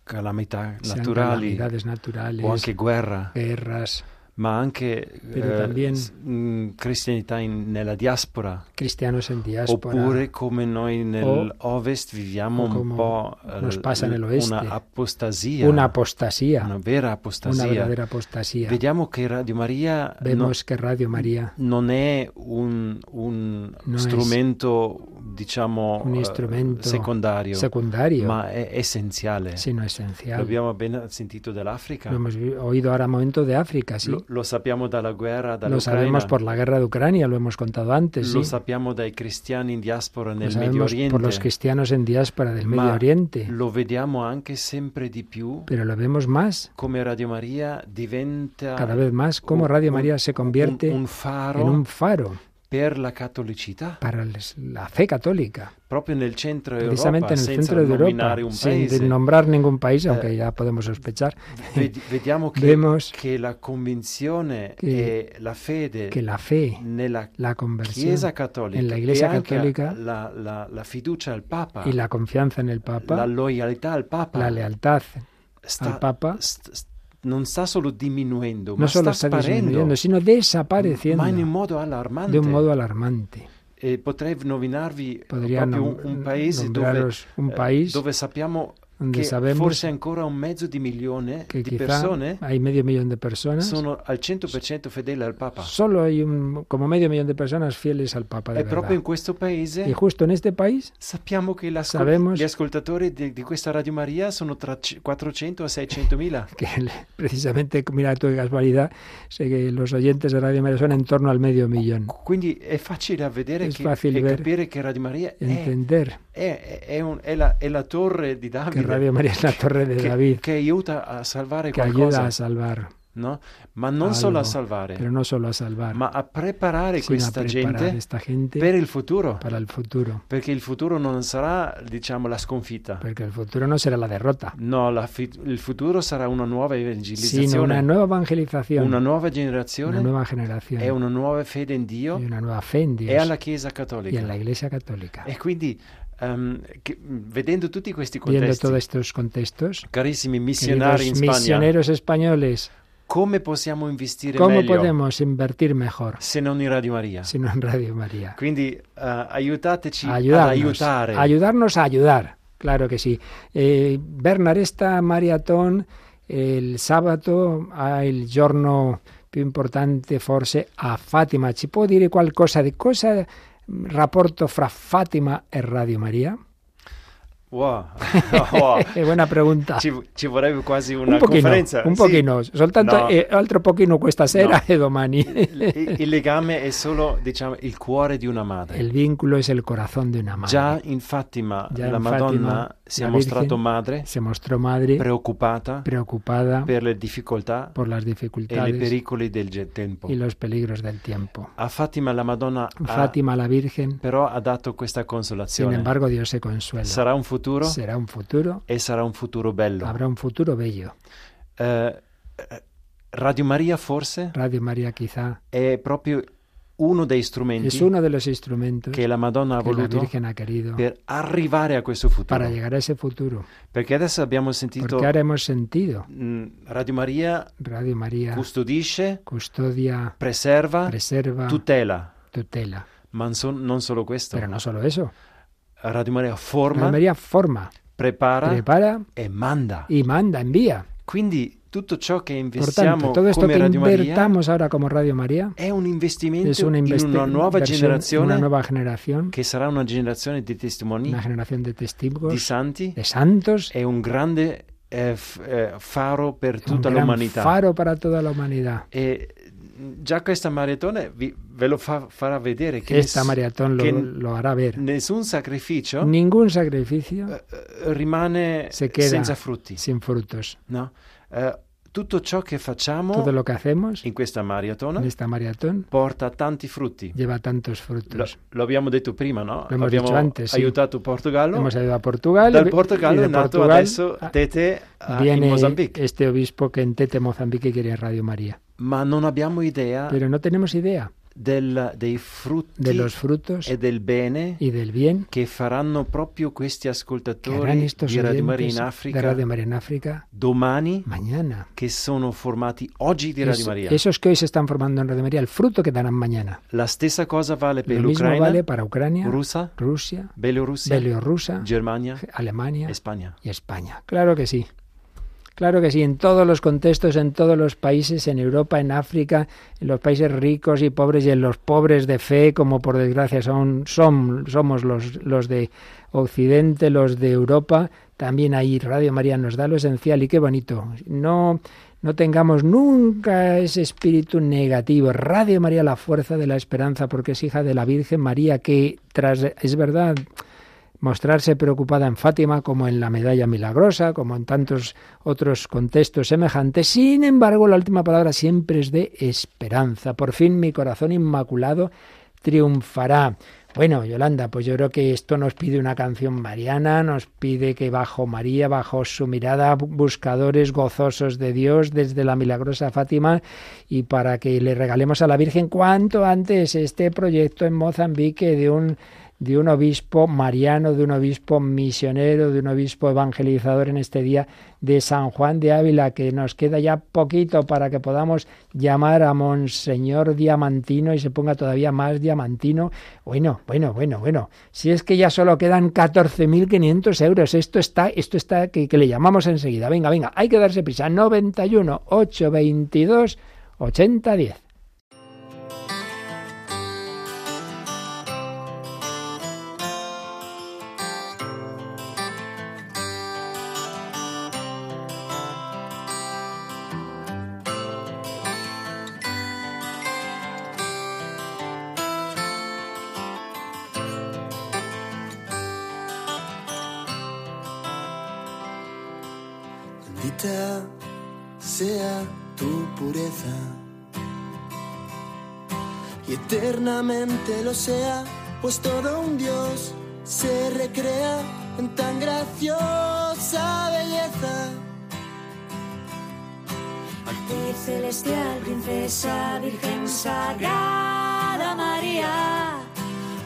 C: calamità
A: sean
C: naturali
A: calamidades naturales,
C: o anche guerra,
A: guerras,
C: ma anche
A: Pero
C: eh,
A: también-
C: s- mh, cristianità in- nella diaspora.
A: cristianos en diáspora.
C: Oppure come noi nell'ovest viviamo
A: o
C: un
A: come
C: po'
A: nos pasa
C: l-
A: nell'Oeste.
C: una apostasia,
A: una apostasía,
C: una vera
A: una
C: apostasia.
A: verdadera apostasía.
C: Vediamo che Radio Maria no-
A: Vemos que Radio María
C: non è un, un
A: No es
C: strumento, diciamo,
A: un
C: eh,
A: instrumento
C: secondario,
A: secundario,
C: ma è essenziale.
A: sino esencial.
C: L'abbiamo appena sentito dall'Africa,
A: Lo hemos vi- oído ahora momento de África, sí.
C: lo, lo sappiamo dalla guerra,
A: Lo sabemos
C: dall'Ucraina,
A: por la guerra de Ucrania, lo hemos contado antes, sí.
C: lo sappiamo dai cristiani in diaspora
A: Lo
C: nel Medio
A: sabemos
C: Oriente.
A: por los cristianos en diáspora del
C: Ma
A: Medio Oriente,
C: Lo vediamo anche sempre di più
A: pero lo vemos más,
C: come Radio Maria diventa
A: cada vez más, cómo
C: un-
A: Radio
C: un-
A: María se convierte
C: un, un faro
A: en un faro
C: per la cattolicità,
A: para les- la fe católica,
C: proprio nel centro Europa,
A: precisamente en el
C: senza
A: centro de Europa,
C: nominare un
A: sin
C: paese.
A: nombrar ningún país,
C: Eh,
A: aunque ya podemos sospechar,
C: Ved- vediamo che,
A: Vemos
C: che la convinzione
A: che-
C: e la fede
A: que la fe,
C: nella
A: la conversión
C: Chiesa cattolica
A: en la Iglesia
C: e anche
A: católica
C: la, la- la fiducia al Papa,
A: y la confianza en el Papa,
C: la loyalità al Papa,
A: la lealtad
C: sta-
A: al Papa,
C: st- st- non sta solo diminuendo,
A: no
C: ma
A: solo
C: sta
A: está
C: sparendo,
A: disminuyendo, sino desapareciendo
C: ma in un modo allarmante.
A: de un modo alarmante.
C: E potrei nominarvi eh,
A: Podría
C: proprio un,
A: nom-
C: un paese dove,
A: nombraros un
C: eh,
A: país
C: dove sappiamo
A: donde
C: che
A: sabemos
C: forse ancora un mezzo di milione
A: que
C: di
A: quizá
C: persone
A: hay medio millón de personas.
C: sono al 100% fedeli al Papa.
A: Solo hay un- como medio millón de personas fieles al Papa de
C: E proprio in
A: verdad.
C: questo
A: Y
C: paese
A: justo en este país,
C: sappiamo che l'ascol-
A: Sabemos-
C: gli ascoltatori di, di questa Radio Maria sono tra c- 400 a 600 mila.
A: que precisamente, mira tú qué casualidad, sé que los oyentes de Radio María son en torno al medio millón.
C: Quindi è facile a vedere
A: Es
C: che,
A: facile
C: e
A: ver-
C: capire che Radio Maria è,
A: Entender
C: è- è un- è la, è la torre di
A: que
C: Davide
A: Radio María es la torre de
C: che-
A: David,
C: che aiuta a salvare
A: que
C: qualcosa,
A: ayuda a salvar,
C: no? ma non solo a
A: algo,
C: salvare,
A: pero no solo a salvar,
C: ma a preparare
A: sino a
C: questa
A: preparar a
C: gente
A: esta gente
C: per il futuro,
A: para el futuro.
C: perché il futuro non sarà, diciamo, la sconfitta.
A: Porque el futuro no será la derrota,
C: No, la fi- il futuro sarà una nuova
A: sino
C: evangelizzazione,
A: una nueva evangelización,
C: una
A: una
C: nuova generazione
A: nueva generación
C: e una nuova fede in Dio
A: y una nueva fe en
C: e
A: Dios
C: alla Chiesa
A: y
C: cattolica.
A: en la Iglesia Católica.
C: E quindi, ehm, che- vedendo tutti questi
A: Viendo
C: contesti,
A: todos estos contextos,
C: carissimi missionari in
A: queridos
C: Spagna,
A: misioneros españoles,
C: come possiamo investire
A: ¿cómo
C: meglio
A: podemos invertir mejor
C: se non in Radio Maria?
A: sino en Radio María?
C: Quindi eh, aiutateci ad
A: Ayudarnos,
C: aiutare.
A: ayudarnos a ayudar, claro que sí. Eh, Bernard, esta maratón el sábado ha il giorno più importante forse a Fatima. Ci può dire qualcosa di cosa mm, rapporto fra Fatima e Radio María?
C: Wow. Wow.
A: È buona pregunta.
C: Oh. Ci, ci vorrebbe quasi
A: Esatto.
C: una
A: Un pochino,
C: conferenza.
A: un
C: sì.
A: pochino, soltanto
C: No.
A: eh, altro pochino questa sera
C: No.
A: e domani.
C: Il, il legame è solo, diciamo, il cuore di una madre.
A: El vínculo es el corazón de una madre.
C: Già in Fatima
A: Già
C: la
A: in
C: Madonna
A: Fatima,
C: si
A: la
C: è mostrato
A: Virgen
C: madre,
A: Se mostró madre
C: preoccupata
A: preocupada
C: per le difficoltà
A: por las
C: e i
A: dificultades
C: pericoli del ge- tempo.
A: y los peligros del tiempo.
C: A Fatima la Madonna ha-
A: Fátima la Virgen,
C: però ha dato questa
A: sin
C: consolazione.
A: embargo, Dios se consuela.
C: sarà un futuro
A: Será un futuro,
C: e sarà un futuro bello.
A: habrá un futuro bello.
C: Eh, eh, Radio Maria forse
A: Radio María quizá
C: è proprio uno dei strumenti
A: Es uno de los instrumentos
C: che la Madonna ha
A: que la
C: voluto
A: Virgen ha querido
C: per arrivare a questo futuro.
A: para llegar a ese futuro.
C: Perché adesso abbiamo sentito
A: Porque ahora hemos sentido.
C: mh, Radio Maria
A: Radio María
C: custodisce,
A: custodia,
C: preserva,
A: preserva,
C: tutela.
A: tutela.
C: Ma non so- non solo questo.
A: Pero no solo eso.
C: Radio Maria forma,
A: Radio María forma,
C: prepara
A: prepara
C: e manda.
A: y manda, envía.
C: Quindi tutto ciò che
A: Por
C: investiamo
A: tanto, todo esto
C: come
A: que
C: Radio Maria
A: invertamos ahora como Radio María
C: è un investimento
A: es una
C: in una ¿eh? nuova
A: investigación,
C: generazione
A: una nueva generación,
C: che sarà una generazione di testimoni,
A: una generación de
C: di
A: testigos,
C: santi
A: de santos,
C: è un grande eh, f- eh, faro per
A: un
C: tutta
A: gran
C: l'umanità.
A: faro para toda la humanidad.
C: E già questa maratona vi- ve lo fa- farà vedere che
A: Esta
C: ness-
A: maratón lo,
C: che
A: lo hará ver.
C: nessun sacrificio
A: Ningún sacrificio
C: eh, eh, rimane
A: se queda
C: senza frutti.
A: sin frutos.
C: no? Eh, tutto ciò che facciamo
A: Todo lo que hacemos
C: in questa maratona
A: en esta maratón
C: porta tanti frutti.
A: lleva tantos
C: Lo,
A: frutos.
C: lo abbiamo detto prima, no?
A: Lo hemos
C: abbiamo
A: dicho antes, sì.
C: aiutato Portogallo.
A: Hemos ido a Portugal.
C: Dal
A: y- y
C: Portogallo
A: de
C: è nato
A: Portugal
C: adesso
A: a-
C: Tete a- in
A: viene
C: Mozambique.
A: este obispo que en Tete, Mozambique, quiere Radio María.
C: Ma non abbiamo idea
A: Pero no tenemos idea
C: del- dei frutti
A: de los frutos
C: e del bene
A: y del bien
C: che faranno proprio
A: que
C: questi
A: harán
C: ascoltatori
A: estos
C: di Radio Maria
A: oyentes
C: in
A: de
C: Africa
A: Radio María en África
C: domani
A: mañana.
C: che sono formati oggi di Radio
A: Es-
C: Maria.
A: esos que hoy se están formando en Radio María, el fruto que darán mañana.
C: La stessa cosa vale per
A: Lo mismo
C: l'Ucraina,
A: vale para Ucrania,
C: Rusa,
A: Rusia,
C: Bielorussia,
A: Bielorrusia,
C: Germania
A: Alemania
C: e Spagna.
A: y España. Claro que sí. Claro que sí, en todos los contextos, en todos los países, en Europa, en África, en los países ricos y pobres y en los pobres de fe, como por desgracia son, son- somos los, los de Occidente, los de Europa, también ahí Radio María nos da lo esencial y qué bonito. No, no tengamos nunca ese espíritu negativo. Radio María, la fuerza de la esperanza, porque es hija de la Virgen María, que tras, es verdad, mostrarse preocupada en Fátima, como en la medalla milagrosa, como en tantos otros contextos semejantes. Sin embargo, la última palabra siempre es de esperanza. Por fin mi corazón inmaculado triunfará. Bueno, Yolanda, pues yo creo que esto nos pide una canción mariana, nos pide que bajo María, bajo su mirada, buscadores gozosos de Dios desde la milagrosa Fátima y para que le regalemos a la Virgen cuanto antes este proyecto en Mozambique de un de un obispo mariano, de un obispo misionero, de un obispo evangelizador en este día de San Juan de Ávila, que nos queda ya poquito para que podamos llamar a Monseñor Diamantino y se ponga todavía más diamantino. Bueno, bueno, bueno, bueno. Si es que ya solo quedan 14.500 euros, esto está, esto está, que, que le llamamos enseguida. Venga, venga, hay que darse prisa. 91 822 8010.
G: Bendita sea tu pureza y eternamente lo sea, pues todo un Dios se recrea en tan graciosa belleza.
F: Actriz celestial, princesa, virgen sagrada María,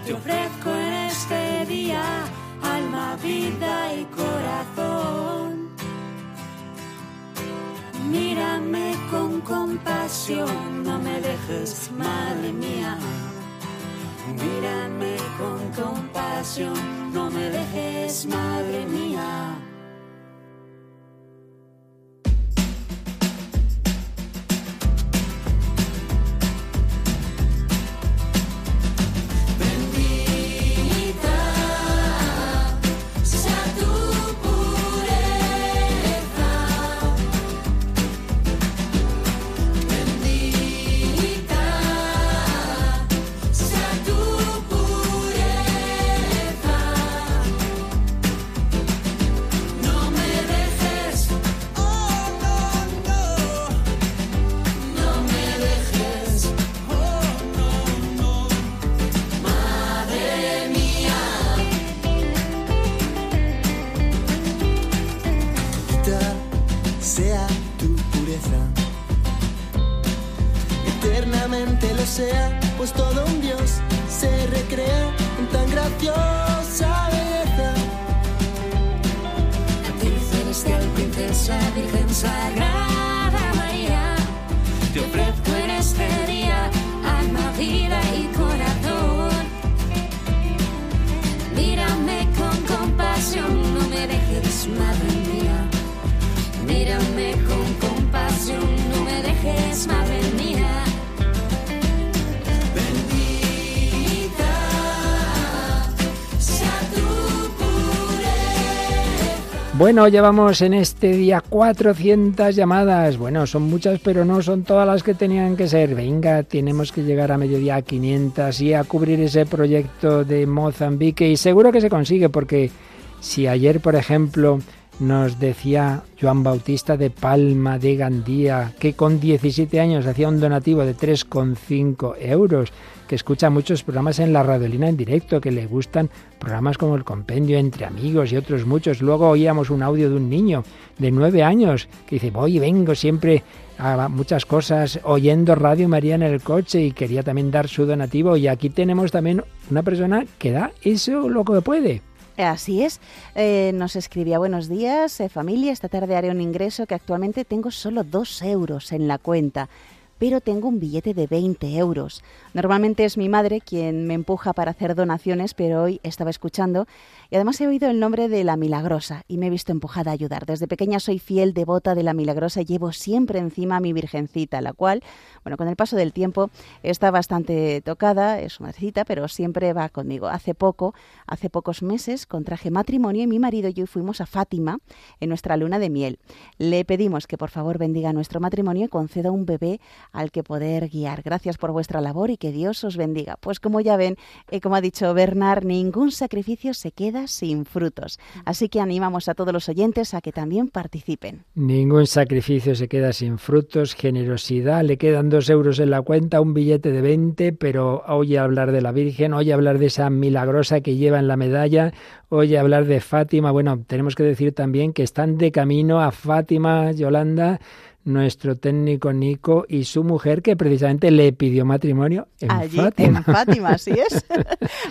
F: te ofrezco en este día alma, vida y corazón. Mírame con compasión, no me dejes, madre mía. Mírame con compasión, no me dejes, madre mía. Sea tu pureza, bendita, sea tu pureza,
H: eternamente lo sea, pues todo un dios se recrea en tan graciosa belleza.
I: A ti celestial princesa, virgen sagrada María, te ofrezco en este día alma, vida y corazón. Mírame con compasión, no me dejes, madre mía. Mírame con compasión, no me dejes, madre mía. Bendita sea tu pureza.
A: Bueno, llevamos en este día 400 llamadas. Bueno, son muchas, pero no son todas las que tenían que ser. Venga, tenemos que llegar a mediodía a 500 y a cubrir ese proyecto de Mozambique. Y seguro que se consigue, porque si ayer, por ejemplo, nos decía Joan Bautista de Palma de Gandía, que con 17 años hacía un donativo de 3,5 euros, que escucha muchos programas en la Radolina en directo, que le gustan programas como El Compendio entre Amigos y otros muchos. Luego oíamos un audio de un niño de 9 años que dice, voy y vengo siempre a muchas cosas oyendo Radio María en el coche y quería también dar su donativo. Y aquí tenemos también una persona que da eso lo que puede.
B: Así es. Eh, nos escribía buenos días, eh, familia. Esta tarde haré un ingreso que actualmente tengo solo dos euros en la cuenta, pero tengo un billete de 20 euros. Normalmente es mi madre quien me empuja para hacer donaciones, pero hoy estaba escuchando y además he oído el nombre de la Milagrosa y me he visto empujada a ayudar. Desde pequeña soy fiel devota de la Milagrosa y llevo siempre encima a mi Virgencita, la cual, bueno, con el paso del tiempo está bastante tocada, es una cita, pero siempre va conmigo. Hace poco, hace pocos meses, contraje matrimonio y mi marido y yo fuimos a Fátima en nuestra luna de miel. Le pedimos que por favor bendiga nuestro matrimonio y conceda un bebé al que poder guiar. Gracias por vuestra labor y que Dios os bendiga. Pues como ya ven, eh, como ha dicho Bernard, ningún sacrificio se queda sin frutos. Así que animamos a todos los oyentes a que también participen.
A: Ningún sacrificio se queda sin frutos, generosidad, le quedan dos euros en la cuenta, un billete de 20, pero oye hablar de la Virgen, oye hablar de esa milagrosa que lleva en la medalla, oye hablar de Fátima. Bueno, tenemos que decir también que están de camino a Fátima, Yolanda nuestro técnico Nico y su mujer que precisamente le pidió matrimonio en
B: Allí,
A: Fátima.
B: en Fátima, así es.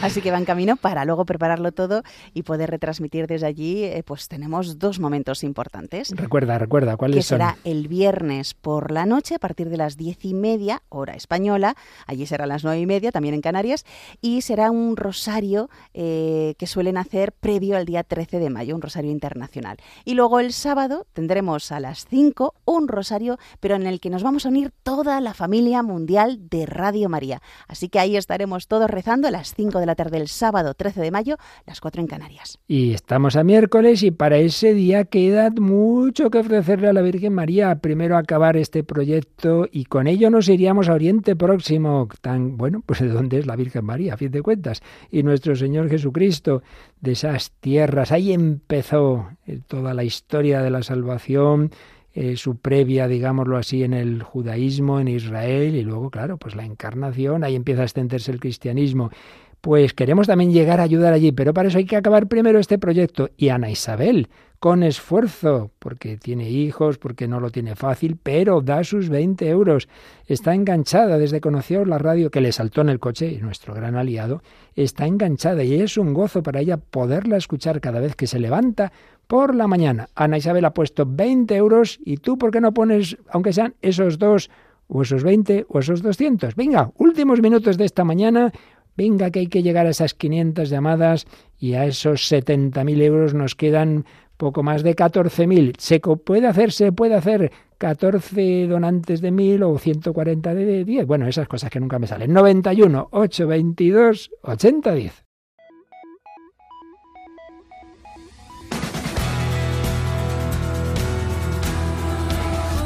B: así que va en camino para luego prepararlo todo y poder retransmitir desde allí, eh, pues tenemos dos momentos importantes.
A: Recuerda, recuerda,
B: que
A: ¿cuáles son?
B: será el viernes por la noche a partir de las diez y media, hora española, allí serán las nueve y media, también en Canarias, y será un rosario eh, que suelen hacer previo al día 13 de mayo, un rosario internacional. Y luego el sábado tendremos a las 5 un rosario, pero en el que nos vamos a unir toda la familia mundial de Radio María. Así que ahí estaremos todos rezando a las 5 de la tarde el sábado 13 de mayo, las 4 en Canarias.
A: Y estamos a miércoles y para ese día queda mucho que ofrecerle a la Virgen María. Primero acabar este proyecto y con ello nos iríamos a Oriente Próximo, tan bueno, pues de donde es la Virgen María, a fin de cuentas, y nuestro Señor Jesucristo, de esas tierras. Ahí empezó eh, toda la historia de la salvación. eh, su previa, digámoslo así, en el judaísmo, en Israel, y luego, claro, pues la encarnación, ahí empieza a extenderse el cristianismo. Pues queremos también llegar a ayudar allí, pero para eso hay que acabar primero este proyecto. Y Ana Isabel, con esfuerzo, porque tiene hijos, porque no lo tiene fácil, pero da sus 20 euros. Está enganchada desde conoció la radio que le saltó en el coche, y nuestro gran aliado, está enganchada y es un gozo para ella poderla escuchar cada vez que se levanta por la mañana. Ana Isabel ha puesto 20 euros y tú, ¿por qué no pones, aunque sean esos dos, o esos 20, o esos 200? Venga, últimos minutos de esta mañana. Venga, que hay que llegar a esas 500 llamadas y a esos 70.000 euros nos quedan poco más de 14.000. Se co- puede hacer, se puede hacer 14 donantes de 1.000 o 140 de 10. Bueno, esas cosas que nunca me salen. 91, 822, 8010.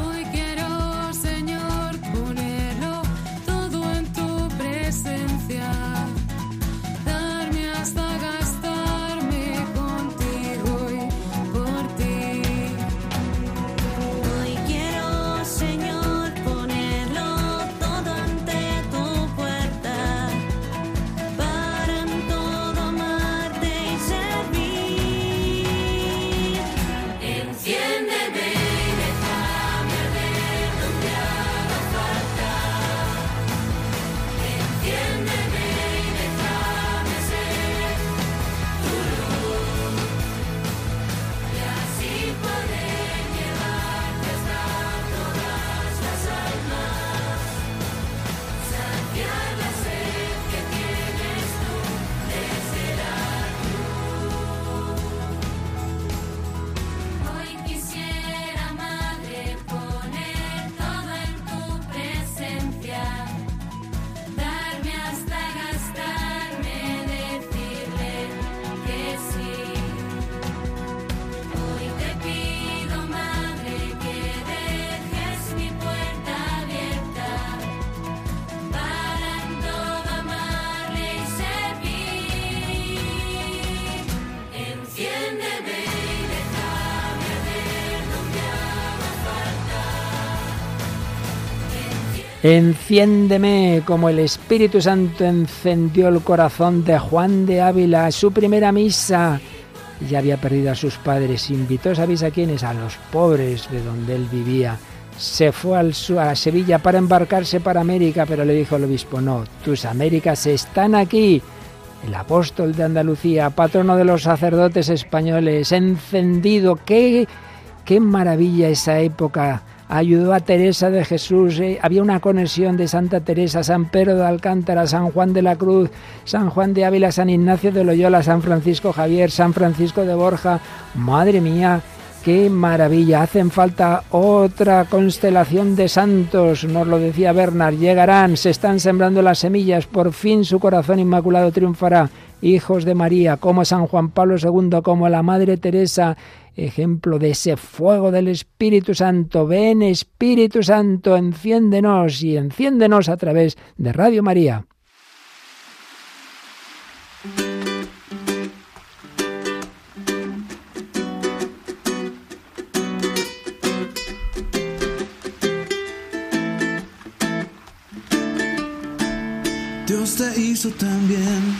I: Hoy quiero, Señor, ponerlo todo en tu presencia, darme hasta gastarme contigo y por ti. Hoy quiero, Señor, ponerlo todo ante tu puerta, para entonces
A: Enciéndeme como el Espíritu Santo encendió el corazón de Juan de Ávila a su primera misa. Ya había perdido a sus padres. Invitó, ¿sabéis a quiénes? A los pobres de donde él vivía. Se fue al su- a Sevilla para embarcarse para América, pero le dijo el obispo, no, tus Américas están aquí. El apóstol de Andalucía, patrono de los sacerdotes españoles, encendido, qué Qué maravilla esa época. Ayudó a Teresa de Jesús. eh, Había una conexión de Santa Teresa, San Pedro de Alcántara, San Juan de la Cruz, San Juan de Ávila, San Ignacio de Loyola, San Francisco Javier, San Francisco de Borja. Madre mía, qué maravilla. Hacen falta otra constelación de santos. Nos lo decía Bernard. Llegarán, se están sembrando las semillas. Por fin su corazón inmaculado triunfará. Hijos de María, como San Juan Pablo II, como la Madre Teresa ejemplo de ese fuego del Espíritu Santo. Ven Espíritu Santo, enciéndenos y enciéndenos a través de Radio María.
G: Dios te hizo tan bien,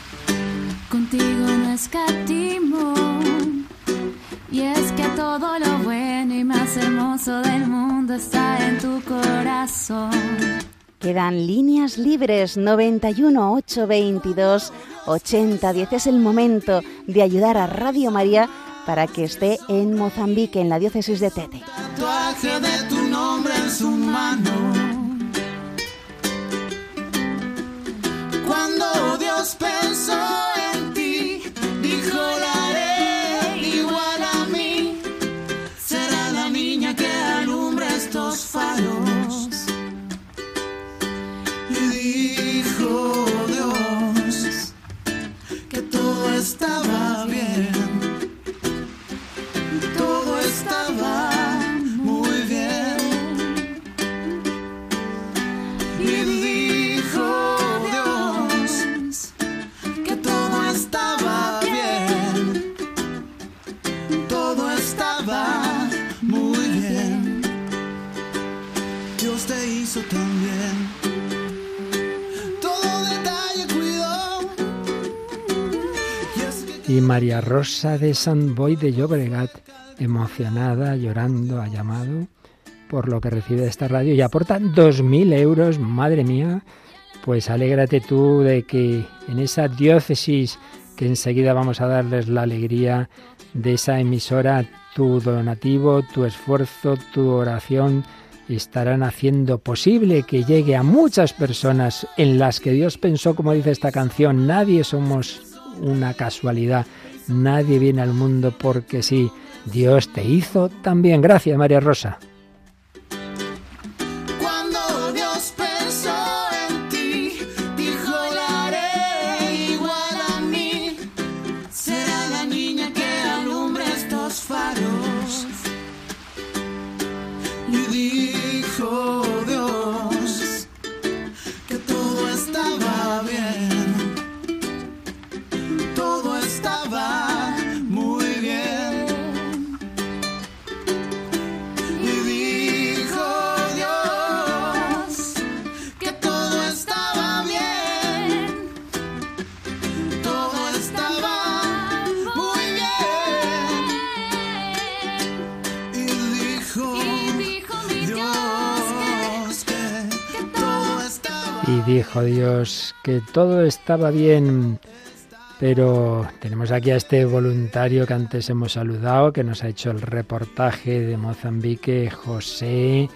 F: Contigo no escatimo. Y es que todo lo bueno y más hermoso del mundo está en tu corazón.
B: Quedan líneas libres 91 822 8010. Es el momento de ayudar a Radio María para que esté en Mozambique, en la diócesis de Tete.
G: tatuaje de tu nombre en su mano. Cuando Dios pensó en ti, dijo la haré igual a mí. Será la niña que alumbra estos faros. Y dijo Dios que todo estaba bien. Todo estaba muy bien. Y dijo Dios que todo estaba bien. Todo estaba muy bien. Dios te hizo tan bien. Todo detalle cuidó. Y es que
A: Y María Rosa de San Boy de Llobregat, emocionada, llorando, ha llamado por lo que recibe de esta radio y aporta 2.000 euros, madre mía. Pues alégrate tú de que en esa diócesis que enseguida vamos a darles la alegría de esa emisora, tu donativo, tu esfuerzo, tu oración estarán haciendo posible que llegue a muchas personas en las que Dios pensó, como dice esta canción, nadie somos una casualidad, nadie viene al mundo porque sí, Dios te hizo también. Gracias, María Rosa.
G: Cuando Dios pensó en ti, dijo la haré igual a mí. Será la niña que alumbra estos faros. Y dijo Dios que todo estaba bien. Todo estaba muy bien. Y dijo Dios que todo estaba bien, todo estaba muy bien. Y
A: Y dijo
G: dijo Dios que todo estaba
A: Dios que todo estaba bien, pero tenemos aquí a este voluntario que antes hemos saludado, que nos ha hecho el reportaje de Mozambique, José.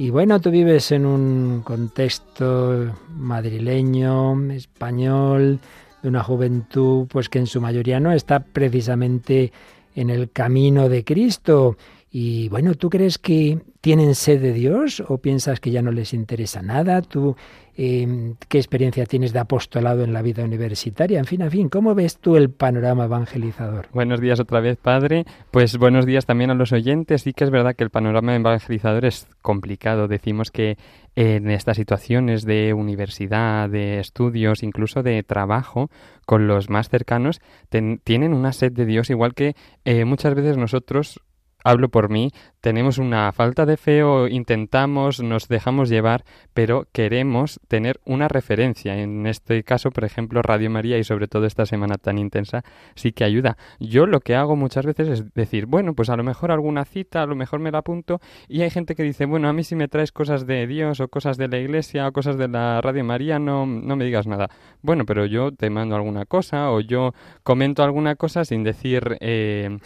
A: Y bueno, tú vives en un contexto madrileño, español, de una juventud pues que en su mayoría no está precisamente en el camino de Cristo. Y bueno, ¿tú crees que, ¿Tienen sed de Dios o piensas que ya no les interesa nada? ¿Tú eh, qué experiencia tienes de apostolado en la vida universitaria? En fin, en fin, ¿cómo ves tú el panorama evangelizador?
J: Buenos días otra vez, padre. Pues buenos días también a los oyentes. Sí que es verdad que el panorama evangelizador es complicado. Decimos que en estas situaciones de universidad, de estudios, incluso de trabajo, con los más cercanos, ten- tienen una sed de Dios, igual que eh, muchas veces nosotros hablo por mí, tenemos una falta de fe o intentamos, nos dejamos llevar, pero queremos tener una referencia. En este caso, por ejemplo, Radio María y sobre todo esta semana tan intensa, sí que ayuda. Yo lo que hago muchas veces es decir, bueno, pues a lo mejor alguna cita, a lo mejor me la apunto y hay gente que dice, bueno, a mí si me traes cosas de Dios o cosas de la iglesia o cosas de la Radio María, no, no me digas nada. Bueno, pero yo te mando alguna cosa o yo comento alguna cosa sin decir... eh,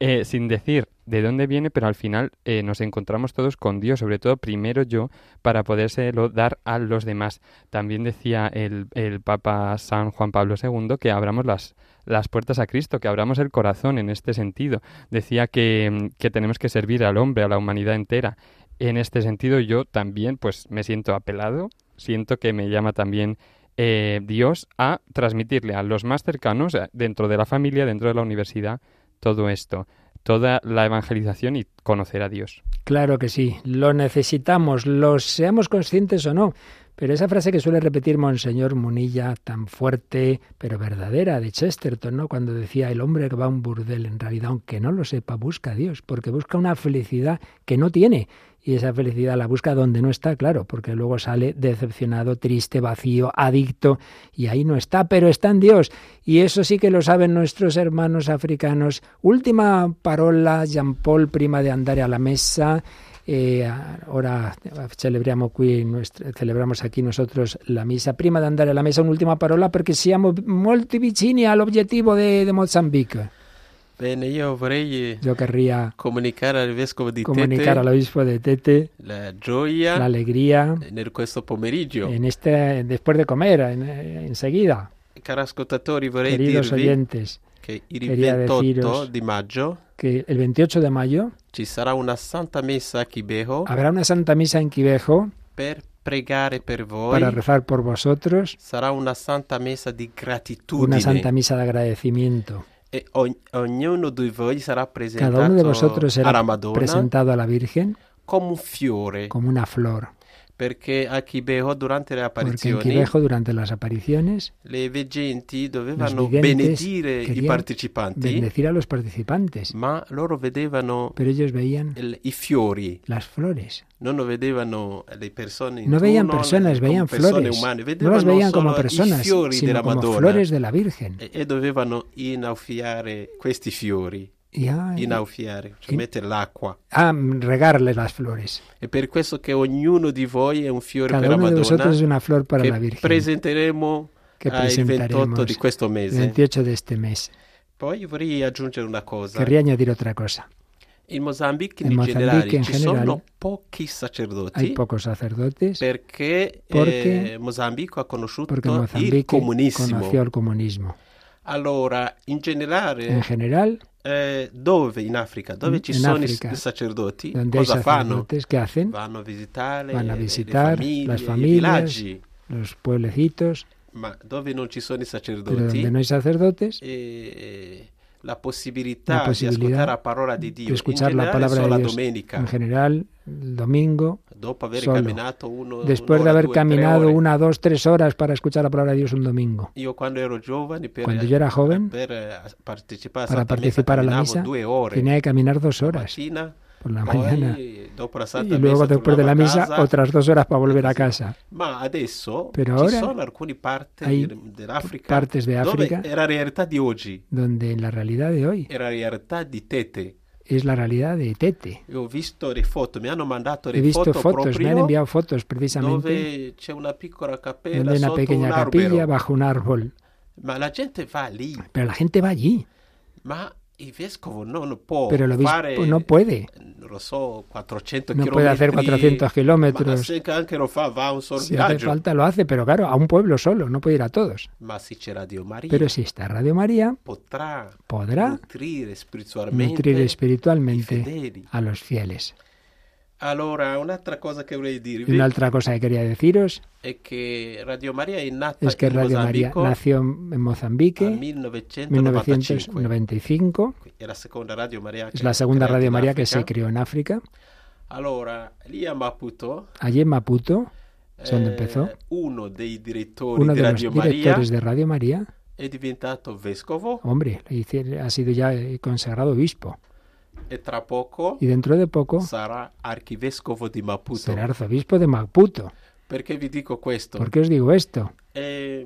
J: eh, sin decir de dónde viene, pero al final eh, nos encontramos todos con Dios, sobre todo primero yo, para podérselo dar a los demás. También decía el, el Papa San Juan Pablo II que abramos las, las puertas a Cristo, que abramos el corazón en este sentido. Decía que, mm, que tenemos que servir al hombre, a la humanidad entera. En este sentido yo también pues me siento apelado, siento que me llama también eh, Dios a transmitirle a los más cercanos, a- dentro de la familia, dentro de la universidad, todo esto, toda la evangelización y conocer a Dios.
A: Claro que sí, lo necesitamos, lo seamos conscientes o no. Pero esa frase que suele repetir Monseñor Munilla, tan fuerte, pero verdadera, de Chesterton, ¿no? Cuando decía el hombre que va a un burdel, en realidad, aunque no lo sepa, busca a Dios, porque busca una felicidad que no tiene. Y esa felicidad la busca donde no está, claro, porque luego sale decepcionado, triste, vacío, adicto, y ahí no está, pero está en Dios. Y eso sí que lo saben nuestros hermanos africanos. Última parola, Jean Paul, prima de andare a la mesa. Eh, ahora celebriamo qui nostre- celebramos aquí nosotros la misa. Prima de andare a la mesa, un'ultima parola perché siamo molto vicini all'obiettivo de, de Mozambique.
D: Bene, io vorrei eh,
A: Yo querría
D: comunicare al vescovo di
A: comunicar al
D: Tete
A: obispo de Tete
D: la gioia
A: la alegría
D: nel questo pomeriggio.
A: en este, después de comer, en- eh, enseguida,
D: Cari ascoltatori, vorrei
A: queridos
D: dirvi
A: oyentes,
D: che il
A: quería
D: 28
A: deciros-
D: di maggio
A: que el 28 de mayo
D: ci sarà una santa messa a Chibeho
A: habrá una Santa Misa en Quivejo
D: per pregare per voi.
A: para rezar por vosotros,
D: Sarà una santa messa di
A: una
D: gratitudine
A: Santa Misa de agradecimiento.
D: e ogn- ognuno di voi
A: Cada
D: sarà
A: uno de
D: presentato
A: vosotros
D: alla
A: será
D: Madonna
A: presentado a la Virgen
D: come un fiore,
A: como una flor,
D: perché a Chibeho durante le
A: porque en
D: apparizioni
A: Quivejo durante las apariciones
D: le veggenti
A: los
D: dovevano
A: videntes
D: benedire i
A: querían
D: partecipanti,
A: bendecir a Mm. los participantes,
D: ma loro vedevano
A: pero ellos veían
D: il- i fiori,
A: las flores.
D: non vedevano eh, le persone
A: No veían
D: intorno,
A: personas,
D: come
A: veían
D: persone
A: flores.
D: umane,
A: No
D: vedevano
A: las veían como
D: solo i
A: personas,
D: fiori della
A: sino como
D: Madonna.
A: flores de la Virgen.
D: E, e dovevano innaffiare questi fiori,
A: Y, ah,
D: innaffiare, cioè
A: In-
D: mettere l'acqua.
A: ah, regarles las flores.
D: È per questo che ognuno di voi è un fiore per
A: Cada
D: la
A: uno de vosotros es
D: Madonna
A: una flor para la
D: che
A: Virgen
D: presenteremo
A: que
D: al 28
A: presentaremos
D: di questo
A: el
D: mese.
A: 28 de este mes.
D: Poi vorrei aggiungere una cosa.
A: Querría añadir otra cosa.
D: In Mozambique in,
A: In Mozambique
D: generale
A: in
D: ci
A: generale
D: sono pochi
A: Hay
D: sacerdoti
A: pocos sacerdotes
D: perché
A: Perché-
D: eh, Mozambico ha conosciuto
A: porque
D: il
A: Mozambique
D: comunismo.
A: conoció el comunismo.
D: Allora, in generale,
A: En general,
D: eh, dove in Africa, dove ci
A: Mm, In
D: sono i-
A: Africa,
D: i sacerdoti,
A: donde hay
D: cosa fanno?
A: sacerdotes, ¿qué hacen?
D: Vanno a visitare
A: Vanno a
D: le-
A: visitar
D: le
A: las
D: famiglie, i
A: familias,
D: villaggi.
A: los pueblecitos,
D: Ma dove non ci sono i
A: pero
D: sacerdoti,
A: donde no hay sacerdotes,
D: eh, la possibilità
A: La possibilità
D: di ascoltare la parola di Dio
A: de escuchar
D: in
A: la
D: generale
A: palabra
D: solo
A: de
D: la
A: Dios.
D: domenica,
A: En general, el domingo,
D: dopo aver
A: solo.
D: camminato uno,
A: después de
D: un'ora,
A: haber
D: due, tre
A: caminado
D: ore.
A: una, dos, tres horas para escuchar la palabra de Dios un domingo.
D: Io quando ero giovane, per,
A: Quando io era joven,
D: per, eh, partecipare,
A: para
D: Santa Messa
A: participar a la
D: camminavo
A: misa,
D: due ore,
A: Tenía que caminar dos
D: la
A: horas
D: mattina,
A: por la
D: poi
A: mañana
D: dopo la Santa
A: y luego
D: Messa
A: después de la
D: tornavo a
A: misa
D: casa.
A: otras dos horas para volver a casa.
D: Ma adesso
A: Però
D: ci
A: ora
D: sono alcune parti
A: hay
D: del- dell'Africa
A: partes de África
D: dove era realtà di oggi,
A: donde la realidad de hoy
D: era realtà di Tete.
A: es la realidad de Tete.
D: Io ho visto le foto, mi hanno mandato le
A: He visto
D: foto
A: fotos, me han
D: proprio
A: enviado fotos precisamente
D: dove c'è una piccola cappella
A: donde hay una
D: sotto un
A: pequeña capilla
D: albero.
A: bajo un árbol.
D: Ma la gente va lì,
A: Pero la gente va allí,
D: ma il vescovo non può
A: pero el
D: fare,
A: obispo no puede.
D: non lo so, 400
A: No
D: km.
A: puede hacer 400
D: Ma
A: kilómetros.
D: se anche lo fa, va a un solo
A: Si hace
D: villaggio.
A: falta lo hace, pero claro, a un pueblo solo, no puede ir a todos.
D: Ma se c'era Dio Maria,
A: Pero si está Radio María,
D: potrà
A: podrà
D: nutrire spiritualmente
A: nutrir
D: i
A: espiritualmente
D: fedeli.
A: a los fieles.
D: Allora, un'altra cosa che vorrei dirvi
A: Y una otra cosa que quería deciros
D: è che Radio Maria è nata
A: es que
D: in
A: Radio María
D: Mozambico
A: nació en Mozambique
D: nel
A: en
D: 1995.
A: 1995.
D: È la seconda Radio Maria
A: Es
D: che
A: la segunda
D: creata
A: Radio
D: in
A: María que
D: Africa.
A: se creó en África.
D: Allora, lì a Maputo,
A: Allí en Maputo, es donde
D: eh,
A: empezó,
D: uno dei direttori
A: uno
D: di
A: de los
D: Radio Maria
A: directores de Radio María,
D: è diventato vescovo
A: hombre, le hici- ha sido ya eh, consagrado obispo.
D: e tra poco
A: Y dentro de poco
D: sarà archivescovo di Maputo.
A: será arzobispo de Maputo.
D: Perché vi dico questo?
A: ¿Por qué os digo esto?
D: Eh,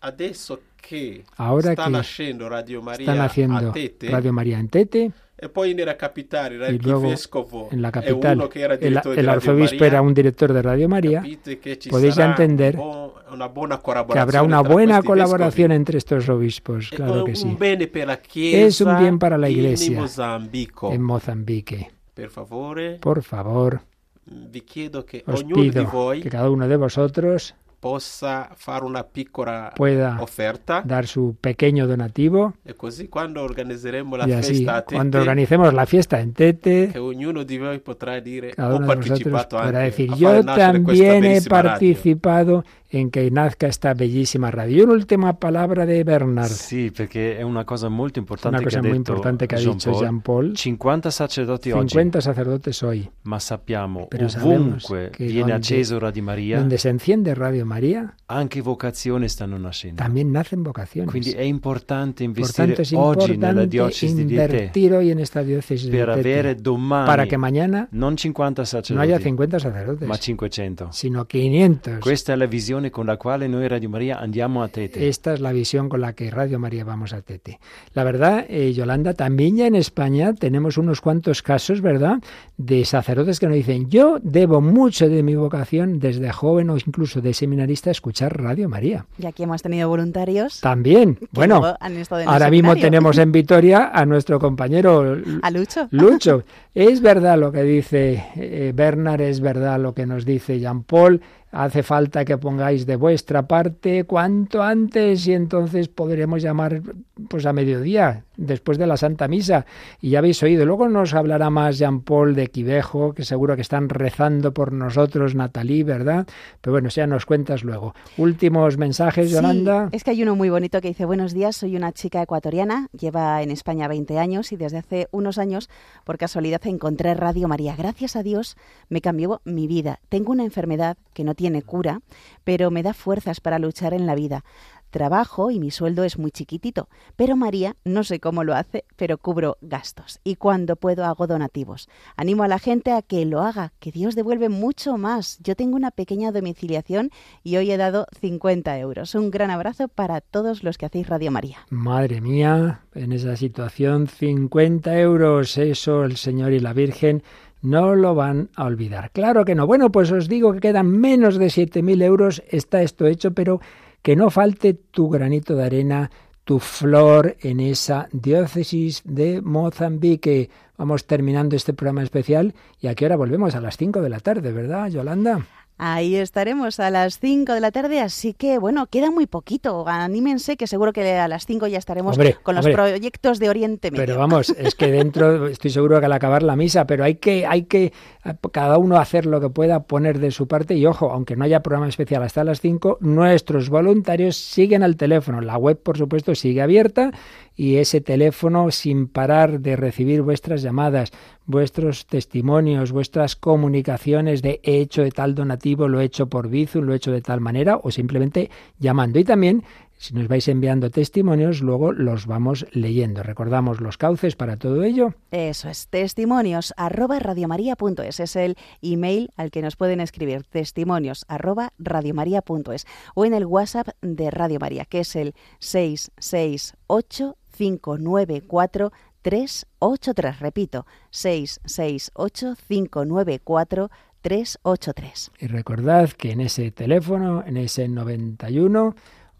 D: adesso che
A: Ahora
D: sta
A: che
D: nascendo Radio Maria
A: Están haciendo
D: a Tete
A: Radio María en Tete
D: e poi nella capitale
A: y luego
D: l'archivescovo
A: en la e
D: è
A: capital
D: uno che era
A: el,
D: direttore
A: el
D: di Radio
A: arzobispo
D: Maria.
A: era un director de Radio María,
D: Capite che ci
A: Podéis
D: sarà
A: ya entender
D: un buon- una buona
A: que
D: collaborazione
A: habrá una
D: tra
A: buena
D: questi
A: colaboración
D: vescovi.
A: entre estos obispos,
D: È
A: claro
D: un
A: que sí,
D: bene per la Chiesa
A: Es un bien para la
D: in
A: Iglesia. Em-
D: Mozambico.
A: en Mozambique.
D: Per favore,
A: Por favor,
D: vi chiedo che
A: os
D: ognuno di
A: pido
D: voi
A: que cada uno de vosotros
D: possa fare una piccola
A: pueda
D: offerta
A: dar su pequeño donativo
D: e così quando organizzeremo la
A: y así
D: festa a Tete,
A: cuando organicemos la fiesta en Tete
D: che ognuno di voi potrà dire
A: cada
D: ho
A: uno de nosotros
D: partecipato
A: podrá
D: anche
A: decir
D: a fare
A: yo
D: nascere questa
A: también he
D: bellissima radio".
A: participado en que nazca esta bellísima radio. Y una última palabra de Bernard,
C: Sì, perché è una cosa molto importante
A: una cosa
C: che ha
A: muy
C: detto
A: importante que ha dicho
C: Jean-Paul.
A: Jean Paul,
C: 50 sacerdoti oggi,
A: 50 sacerdotes hoy,
C: ma sappiamo
A: Però sapemos
C: ovunque
A: che
C: viene
A: donde-
C: acceso Radio Maria,
A: donde se enciende Radio María,
C: anche vocazioni stanno nascendo.
A: también nacen vocaciones.
C: Quindi è importante
A: Por
C: investire
A: tanto, es
C: oggi nella
A: importante
C: diocesi di Tete
A: invertir hoy en esta diócesis de
C: per avere
A: Tete
C: domani
A: para que mañana
C: non 50
A: no
C: sacerdoti,
A: haya 50
C: ma
A: sacerdotes,
C: 500.
A: sino 500.
C: Questa è la visione con la quale noi Radio Maria andiamo a Tete.
A: Esta es la visión con la que Radio María vamos a Tete. La verdad, eh, Yolanda, también ya en España tenemos unos cuantos casos, ¿verdad?, de sacerdotes que nos dicen, yo debo mucho de mi vocación desde joven o incluso de seminarista a escuchar Radio María.
B: Y aquí hemos tenido voluntarios.
A: También,
B: que
A: bueno,
B: luego han estado en el
A: ahora mismo
B: seminario.
A: tenemos en Vitoria a nuestro compañero L-
B: A Lucho.
A: Lucho. Es verdad lo que dice eh, Bernard, es verdad lo que nos dice Jean-Paul. Hace falta que pongáis de vuestra parte cuanto antes y entonces podremos llamar pues a mediodía, después de la Santa Misa. Y ya habéis oído. Luego nos hablará más Jean-Paul de Quivejo, que seguro que están rezando por nosotros, Natalie, ¿verdad? Pero bueno, ya nos cuentas luego. Últimos mensajes,
B: Sí,
A: Yolanda.
B: es que hay uno muy bonito que dice, buenos días, soy una chica ecuatoriana, lleva en España 20 años y desde hace unos años, por casualidad, encontré Radio María. Gracias a Dios me cambió mi vida. Tengo una enfermedad que no tiene cura, pero me da fuerzas para luchar en la vida. Trabajo y mi sueldo es muy chiquitito, pero María no sé cómo lo hace, pero cubro gastos y cuando puedo hago donativos. Animo a la gente a que lo haga, que Dios devuelve mucho más. Yo tengo una pequeña domiciliación y hoy he dado 50 euros. Un gran abrazo para todos los que hacéis Radio María.
A: Madre mía, en esa situación 50 euros, eso el Señor y la Virgen no lo van a olvidar. Claro que no. Bueno, pues os digo que quedan menos de 7.000 euros, está esto hecho, pero que no falte tu granito de arena, tu flor en esa diócesis de Mozambique. Vamos terminando este programa especial y aquí ahora volvemos a las 5 de la tarde, ¿verdad, Yolanda?
B: Ahí estaremos a las 5 de la tarde, así que bueno, queda muy poquito. Anímense que seguro que a las 5 ya estaremos
A: Hombre,
B: con los
A: hombre.
B: proyectos de Oriente Medio.
A: Pero vamos, es que dentro, estoy seguro que al acabar la misa, pero hay que, hay que a- cada uno hacer lo que pueda, poner de su parte y ojo, aunque no haya programa especial hasta las 5, nuestros voluntarios siguen al teléfono. La web, por supuesto, sigue abierta y ese teléfono sin parar de recibir vuestras llamadas, vuestros testimonios, vuestras comunicaciones de he hecho de tal donativo, lo he hecho por Bizum, lo he hecho de tal manera o simplemente llamando. Y también si nos vais enviando testimonios, luego los vamos leyendo. Recordamos los cauces para todo ello.
B: Eso es, testimonios arroba radiomaria.es es el email al que nos pueden escribir, testimonios arroba radiomaria.es o en el WhatsApp de Radio María, que es el 668-594-383. Repito, 668-594-383.
A: Y recordad que en ese teléfono, en ese 91...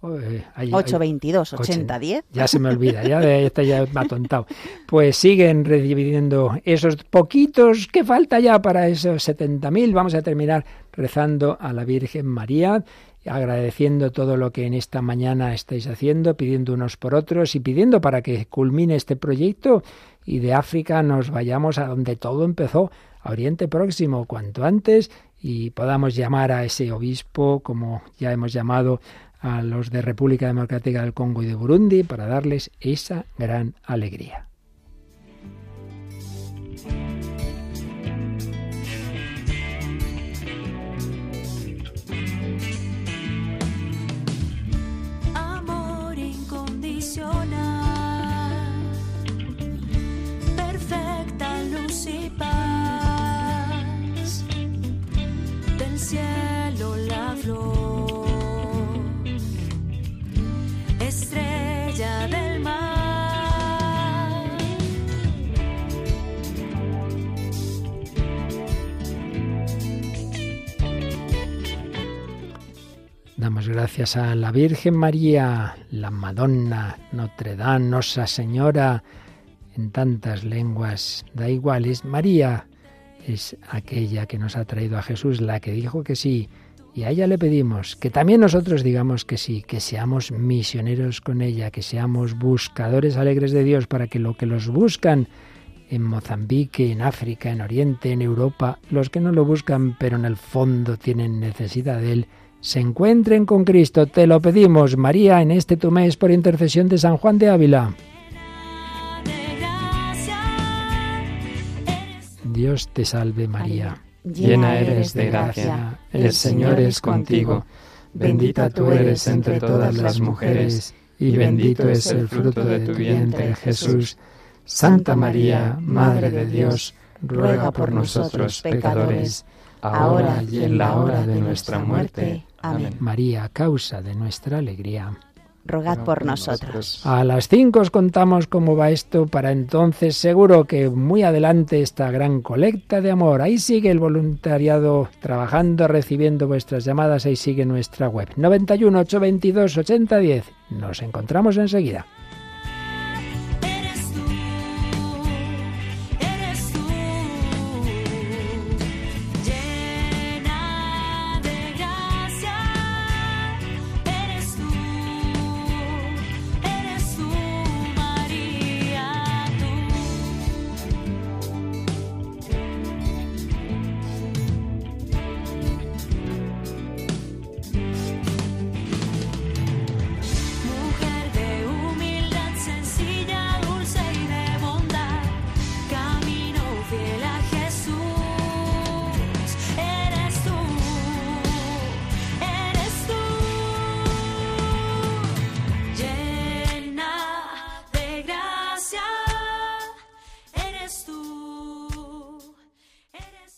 A: eh, hay- hay-
B: 822
A: 80.
B: 8010
A: Ya se me olvida, ya de- este ya me ha atontado. Pues siguen recibiendo esos poquitos que falta ya para esos 70.000. Vamos a terminar rezando a la Virgen María, agradeciendo todo lo que en esta mañana estáis haciendo, pidiendo unos por otros y pidiendo para que culmine este proyecto y de África nos vayamos a donde todo empezó, a Oriente Próximo cuanto antes y podamos llamar a ese obispo, como ya hemos llamado a los de República Democrática del Congo y de Burundi, para darles esa gran alegría.
I: Amor incondicional, perfecta luz y paz, del cielo la flor, estrella del mar.
A: Damos gracias a la Virgen María, la Madonna, Notre Dame, Nosa Señora, en tantas lenguas da igual, es María, es aquella que nos ha traído a Jesús, la que dijo que sí, y a ella le pedimos que también nosotros digamos que sí, que seamos misioneros con ella, que seamos buscadores alegres de Dios para que lo que los buscan en Mozambique, en África, en Oriente, en Europa, los que no lo buscan pero en el fondo tienen necesidad de él, se encuentren con Cristo. Te lo pedimos, María, en este tu mes por intercesión de San Juan de Ávila. Dios te salve María.
J: Llena eres de gracia, el Señor es contigo. Bendita tú eres entre todas las mujeres, y bendito es el fruto de tu vientre, Jesús. Santa María, Madre de Dios, ruega por nosotros pecadores, ahora y en la hora de nuestra muerte. Amén.
A: María, causa de nuestra alegría.
B: Rogad por nosotros.
A: A las 5 os contamos cómo va esto para entonces. Seguro que muy adelante esta gran colecta de amor. Ahí sigue el voluntariado trabajando, recibiendo vuestras llamadas. Ahí sigue nuestra web. 91 822 8010. Nos encontramos enseguida.